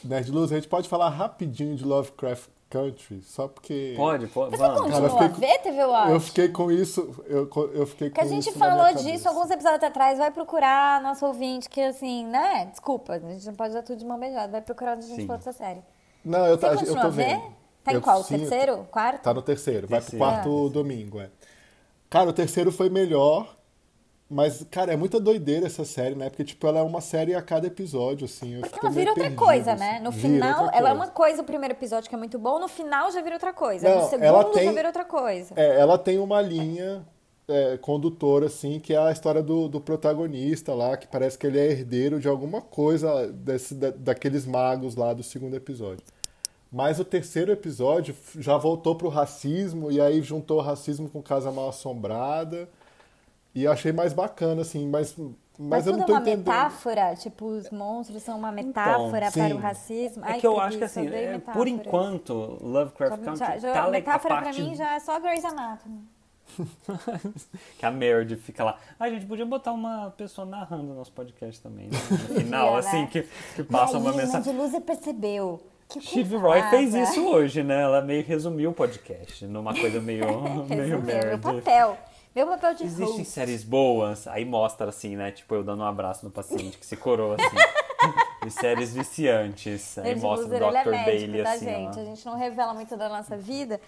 [SPEAKER 3] Nerd Luz, a gente pode falar rapidinho de Lovecraft Country, só porque.
[SPEAKER 2] Pode, pode,
[SPEAKER 1] Você
[SPEAKER 2] vamos.
[SPEAKER 3] Cara,
[SPEAKER 1] continuou
[SPEAKER 3] eu fiquei
[SPEAKER 1] tipo, a
[SPEAKER 3] com-
[SPEAKER 1] ver TV Watch?
[SPEAKER 3] Eu fiquei com isso, eu, co- eu fiquei com
[SPEAKER 1] Que a gente
[SPEAKER 3] isso na minha
[SPEAKER 1] falou
[SPEAKER 3] cabeça.
[SPEAKER 1] disso alguns episódios atrás. Vai procurar nosso ouvinte, que assim, né? Desculpa, a gente não pode dar tudo de mão beijada. Vai procurar onde a gente
[SPEAKER 2] Sim.
[SPEAKER 1] falou dessa série.
[SPEAKER 3] Não, eu,
[SPEAKER 1] Você
[SPEAKER 3] tá, eu
[SPEAKER 1] continua
[SPEAKER 3] tô
[SPEAKER 1] a ver?
[SPEAKER 3] vendo.
[SPEAKER 1] Tá em
[SPEAKER 3] Eu-
[SPEAKER 1] qual? O
[SPEAKER 3] sim,
[SPEAKER 1] terceiro? Ah. Quarto?
[SPEAKER 3] Tá no terceiro, vai pro
[SPEAKER 2] Terceiro.
[SPEAKER 3] quarto domingo, é. Cara, o terceiro foi melhor, mas, cara, é muita doideira essa série, né? Porque, tipo, ela é uma série a cada episódio, assim. Eu
[SPEAKER 1] Porque
[SPEAKER 3] fico
[SPEAKER 1] ela vira
[SPEAKER 3] meio
[SPEAKER 1] outra
[SPEAKER 3] perdido,
[SPEAKER 1] coisa,
[SPEAKER 3] assim.
[SPEAKER 1] né? No
[SPEAKER 3] Vira
[SPEAKER 1] final,
[SPEAKER 3] outra
[SPEAKER 1] ela é
[SPEAKER 3] coisa.
[SPEAKER 1] uma coisa o primeiro episódio que é muito bom, no final já vira outra coisa.
[SPEAKER 3] Não,
[SPEAKER 1] no segundo
[SPEAKER 3] ela tem-
[SPEAKER 1] já vira outra coisa.
[SPEAKER 3] É, ela tem uma linha é, condutora, assim, que é a história do, do protagonista lá, que parece que ele é herdeiro de alguma coisa desse, da- daqueles magos lá do segundo episódio. Mas o terceiro episódio f- já voltou pro racismo, e aí juntou o racismo com Casa Mal Assombrada. E eu achei mais bacana, assim, mas, mas,
[SPEAKER 1] Mas,
[SPEAKER 3] eu
[SPEAKER 1] tudo
[SPEAKER 3] não
[SPEAKER 1] é
[SPEAKER 3] tô
[SPEAKER 1] uma
[SPEAKER 3] entendendo. Então,
[SPEAKER 1] metáfora, tipo, os monstros são uma metáfora
[SPEAKER 3] sim.
[SPEAKER 1] para o racismo.
[SPEAKER 2] É
[SPEAKER 1] Ai,
[SPEAKER 2] que eu acho que
[SPEAKER 1] preguiça,
[SPEAKER 2] assim,
[SPEAKER 1] odeio
[SPEAKER 2] é,
[SPEAKER 1] metáfora.
[SPEAKER 2] por enquanto, Lovecraft
[SPEAKER 1] Já-
[SPEAKER 2] Country
[SPEAKER 1] já- já-
[SPEAKER 2] tá legal. A
[SPEAKER 1] metáfora
[SPEAKER 2] parte
[SPEAKER 1] pra mim já é só Grey's Anatomy.
[SPEAKER 2] <laughs> que a Meredith fica lá. A gente podia botar uma pessoa narrando o nosso podcast também. Né?
[SPEAKER 1] <laughs>
[SPEAKER 2] No
[SPEAKER 1] Podia,
[SPEAKER 2] final,
[SPEAKER 1] né?
[SPEAKER 2] assim, que, que
[SPEAKER 1] e
[SPEAKER 2] passa
[SPEAKER 1] aí,
[SPEAKER 2] uma
[SPEAKER 1] Irmã de
[SPEAKER 2] mensagem.
[SPEAKER 1] Lúcia percebeu que
[SPEAKER 2] Steve
[SPEAKER 1] coisa
[SPEAKER 2] Roy fez
[SPEAKER 1] rara.
[SPEAKER 2] isso hoje, né? Ela meio resumiu o podcast numa coisa meio, meio
[SPEAKER 1] <laughs> Resumiu, meu
[SPEAKER 2] Meredith.
[SPEAKER 1] papel. Meu papel de
[SPEAKER 2] Existem
[SPEAKER 1] host.
[SPEAKER 2] séries boas, aí mostra assim, né? Tipo, eu dando um abraço no paciente que se corou,
[SPEAKER 1] <laughs>
[SPEAKER 2] assim. e séries viciantes. Aí
[SPEAKER 1] Nerd
[SPEAKER 2] mostra
[SPEAKER 1] Loser,
[SPEAKER 2] o
[SPEAKER 1] ele é
[SPEAKER 2] Dr.
[SPEAKER 1] médico,
[SPEAKER 2] Bailey,
[SPEAKER 1] tá,
[SPEAKER 2] assim.
[SPEAKER 1] gente?
[SPEAKER 2] ó.
[SPEAKER 1] A gente não revela muito da nossa
[SPEAKER 2] <laughs>
[SPEAKER 1] vida,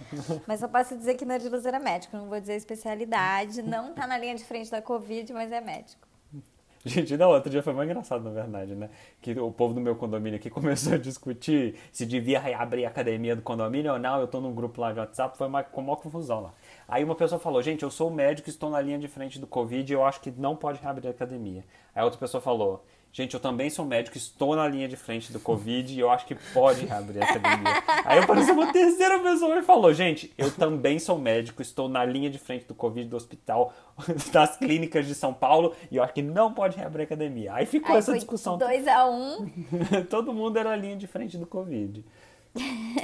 [SPEAKER 1] mas eu posso dizer que Nerd Loser é médico. Não vou dizer a especialidade, não tá na linha de frente da Covid, mas é médico.
[SPEAKER 2] <laughs> Gente, não, outro dia foi mais engraçado, na verdade, né? Que o povo do meu condomínio aqui <laughs> começou a discutir se devia reabrir a academia do condomínio ou não. Eu tô num grupo lá de WhatsApp, foi uma, com uma confusão lá. Aí uma pessoa falou, gente, eu sou médico, estou na linha de frente do Covid, eu acho que não pode reabrir a academia. Aí outra pessoa falou, gente, eu também sou médico, estou na linha de frente do Covid e eu acho que pode reabrir
[SPEAKER 1] <laughs>
[SPEAKER 2] a academia. Aí apareceu uma terceira pessoa e falou, gente, eu também sou médico, estou na linha de frente do Covid do hospital <laughs> das clínicas de São Paulo e eu acho que não pode reabrir a academia. Aí ficou
[SPEAKER 1] Aí
[SPEAKER 2] essa
[SPEAKER 1] foi
[SPEAKER 2] discussão.
[SPEAKER 1] 2 a 1 um,
[SPEAKER 2] <laughs> Todo mundo era linha de frente do Covid.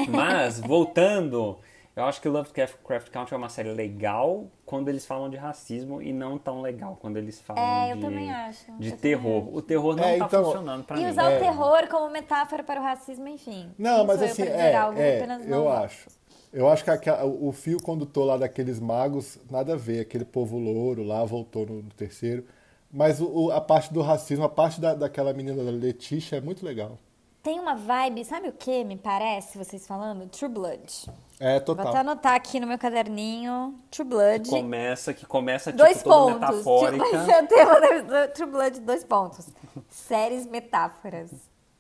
[SPEAKER 2] Mas, voltando, eu acho que Lovecraft Craft Country é uma série legal quando eles falam de racismo e não tão legal quando eles falam
[SPEAKER 1] É, eu
[SPEAKER 2] de,
[SPEAKER 1] também acho,
[SPEAKER 2] de
[SPEAKER 1] eu
[SPEAKER 2] terror.
[SPEAKER 1] também
[SPEAKER 2] O terror não
[SPEAKER 3] É,
[SPEAKER 2] tá
[SPEAKER 3] então,
[SPEAKER 2] funcionando pra
[SPEAKER 1] e
[SPEAKER 2] mim.
[SPEAKER 1] usar
[SPEAKER 2] É.
[SPEAKER 1] o terror como metáfora para o racismo, enfim.
[SPEAKER 3] Não,
[SPEAKER 1] Quem
[SPEAKER 3] mas
[SPEAKER 1] sou eu
[SPEAKER 3] assim,
[SPEAKER 1] pra
[SPEAKER 3] é,
[SPEAKER 1] dizer algo?
[SPEAKER 3] é,
[SPEAKER 1] Apenas
[SPEAKER 3] eu
[SPEAKER 1] não.
[SPEAKER 3] acho. Eu acho que aquela- o o fio condutor lá daqueles magos, nada a ver, aquele povo louro lá, voltou no, no terceiro. Mas o- o- a parte do racismo, a parte da, daquela menina da Letícia é muito legal.
[SPEAKER 1] Tem uma vibe, sabe o que me parece, vocês falando? True Blood.
[SPEAKER 3] É,
[SPEAKER 1] Vou até
[SPEAKER 3] total.
[SPEAKER 1] anotar aqui tá no meu caderninho. True Blood.
[SPEAKER 2] Começa, que começa tipo,
[SPEAKER 1] Dois
[SPEAKER 2] toda
[SPEAKER 1] pontos. Tipo,
[SPEAKER 2] metafórica.
[SPEAKER 1] esse é o tema do do True Blood, dois pontos. Séries metáforas.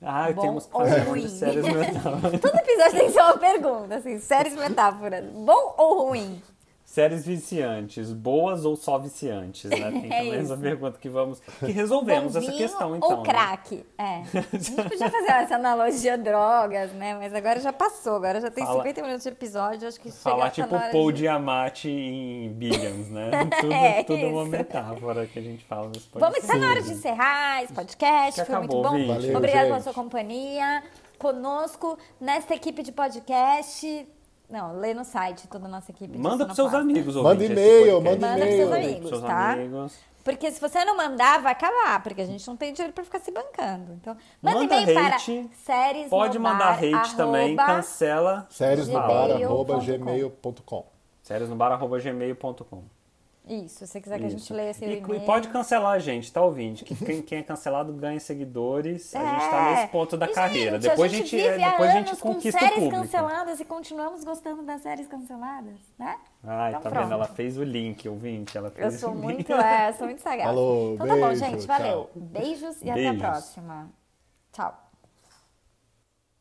[SPEAKER 2] Ah,
[SPEAKER 1] Bom
[SPEAKER 2] temos que
[SPEAKER 1] ou
[SPEAKER 2] fazer
[SPEAKER 1] ruim?
[SPEAKER 2] umas séries metáforas. <laughs>
[SPEAKER 1] Todo episódio tem que ser uma pergunta, assim, séries metáforas. Bom ou ruim?
[SPEAKER 2] séries viciantes, boas ou só viciantes, né? Tem também
[SPEAKER 1] É isso.
[SPEAKER 2] essa pergunta que vamos. Que resolvemos essa
[SPEAKER 1] Bonzinho
[SPEAKER 2] questão, então.
[SPEAKER 1] Ou
[SPEAKER 2] né?
[SPEAKER 1] crack. É. A
[SPEAKER 2] <laughs>
[SPEAKER 1] gente podia fazer essa analogia drogas, né? Mas agora já passou, agora já tem
[SPEAKER 2] Fala-
[SPEAKER 1] 50 minutos de episódio, acho que chega
[SPEAKER 2] Falar
[SPEAKER 1] tá na
[SPEAKER 2] tipo
[SPEAKER 1] hora
[SPEAKER 2] Paul
[SPEAKER 1] de-
[SPEAKER 2] Diamante em Billions, né?
[SPEAKER 1] <laughs>
[SPEAKER 2] Tudo,
[SPEAKER 1] É,
[SPEAKER 2] tudo uma
[SPEAKER 1] isso.
[SPEAKER 2] metáfora que a gente fala nesse
[SPEAKER 1] Vamos,
[SPEAKER 2] podcast.
[SPEAKER 1] está na hora de encerrar esse podcast.
[SPEAKER 2] Que
[SPEAKER 1] Foi
[SPEAKER 2] acabou,
[SPEAKER 1] muito bom.
[SPEAKER 2] gente.
[SPEAKER 3] Valeu,
[SPEAKER 1] Obrigada pela
[SPEAKER 3] gente.
[SPEAKER 1] sua companhia. Conosco, nesta equipe de podcast. Não, lê no site toda a nossa equipe. de
[SPEAKER 2] Manda pros seus
[SPEAKER 1] sonoplasta.
[SPEAKER 2] amigos,
[SPEAKER 3] Manda
[SPEAKER 2] ouvinte, esse
[SPEAKER 3] e-mail,
[SPEAKER 2] podcast.
[SPEAKER 3] manda Manda pros e-mail. seus
[SPEAKER 1] amigos,
[SPEAKER 2] Seus
[SPEAKER 1] tá?
[SPEAKER 2] amigos.
[SPEAKER 1] Porque se você não mandar, vai acabar, porque a gente não tem dinheiro pra ficar se bancando. Então, manda,
[SPEAKER 2] Manda
[SPEAKER 1] e-mail
[SPEAKER 2] hate.
[SPEAKER 1] para séries
[SPEAKER 2] Pode
[SPEAKER 1] no
[SPEAKER 2] mandar
[SPEAKER 1] bar,
[SPEAKER 2] hate também,
[SPEAKER 1] arroba-
[SPEAKER 2] cancela.
[SPEAKER 3] Séries no bar,
[SPEAKER 1] Gmail
[SPEAKER 3] arroba
[SPEAKER 1] ponto com.
[SPEAKER 3] gmail.com.
[SPEAKER 2] Séries no bar, arroba gmail.com.
[SPEAKER 1] Isso, se você quiser que a gente
[SPEAKER 2] Isso.
[SPEAKER 1] leia esse
[SPEAKER 2] e,
[SPEAKER 1] e-mail.
[SPEAKER 2] e pode cancelar a gente, tá ouvindo? Que quem, quem é cancelado ganha seguidores. A gente tá
[SPEAKER 1] É.
[SPEAKER 2] nesse ponto da
[SPEAKER 1] E,
[SPEAKER 2] carreira.
[SPEAKER 1] gente,
[SPEAKER 2] depois
[SPEAKER 1] a gente,
[SPEAKER 2] é,
[SPEAKER 1] vive há
[SPEAKER 2] depois a gente
[SPEAKER 1] anos
[SPEAKER 2] conquista
[SPEAKER 1] com
[SPEAKER 2] o
[SPEAKER 1] séries
[SPEAKER 2] público.
[SPEAKER 1] canceladas e continuamos gostando das séries canceladas, né?
[SPEAKER 2] Ai,
[SPEAKER 1] Então
[SPEAKER 2] tá
[SPEAKER 1] pronto.
[SPEAKER 2] vendo? Ela fez o link, ouvinte. Ela
[SPEAKER 1] Eu
[SPEAKER 2] fez
[SPEAKER 1] sou
[SPEAKER 2] o link.
[SPEAKER 1] muito, é, eu sou muito sagaz.
[SPEAKER 3] Falou,
[SPEAKER 1] então tá bom,
[SPEAKER 3] beijo,
[SPEAKER 1] gente, valeu.
[SPEAKER 3] tchau.
[SPEAKER 1] Beijos e até
[SPEAKER 2] Beijos.
[SPEAKER 1] a próxima. Tchau.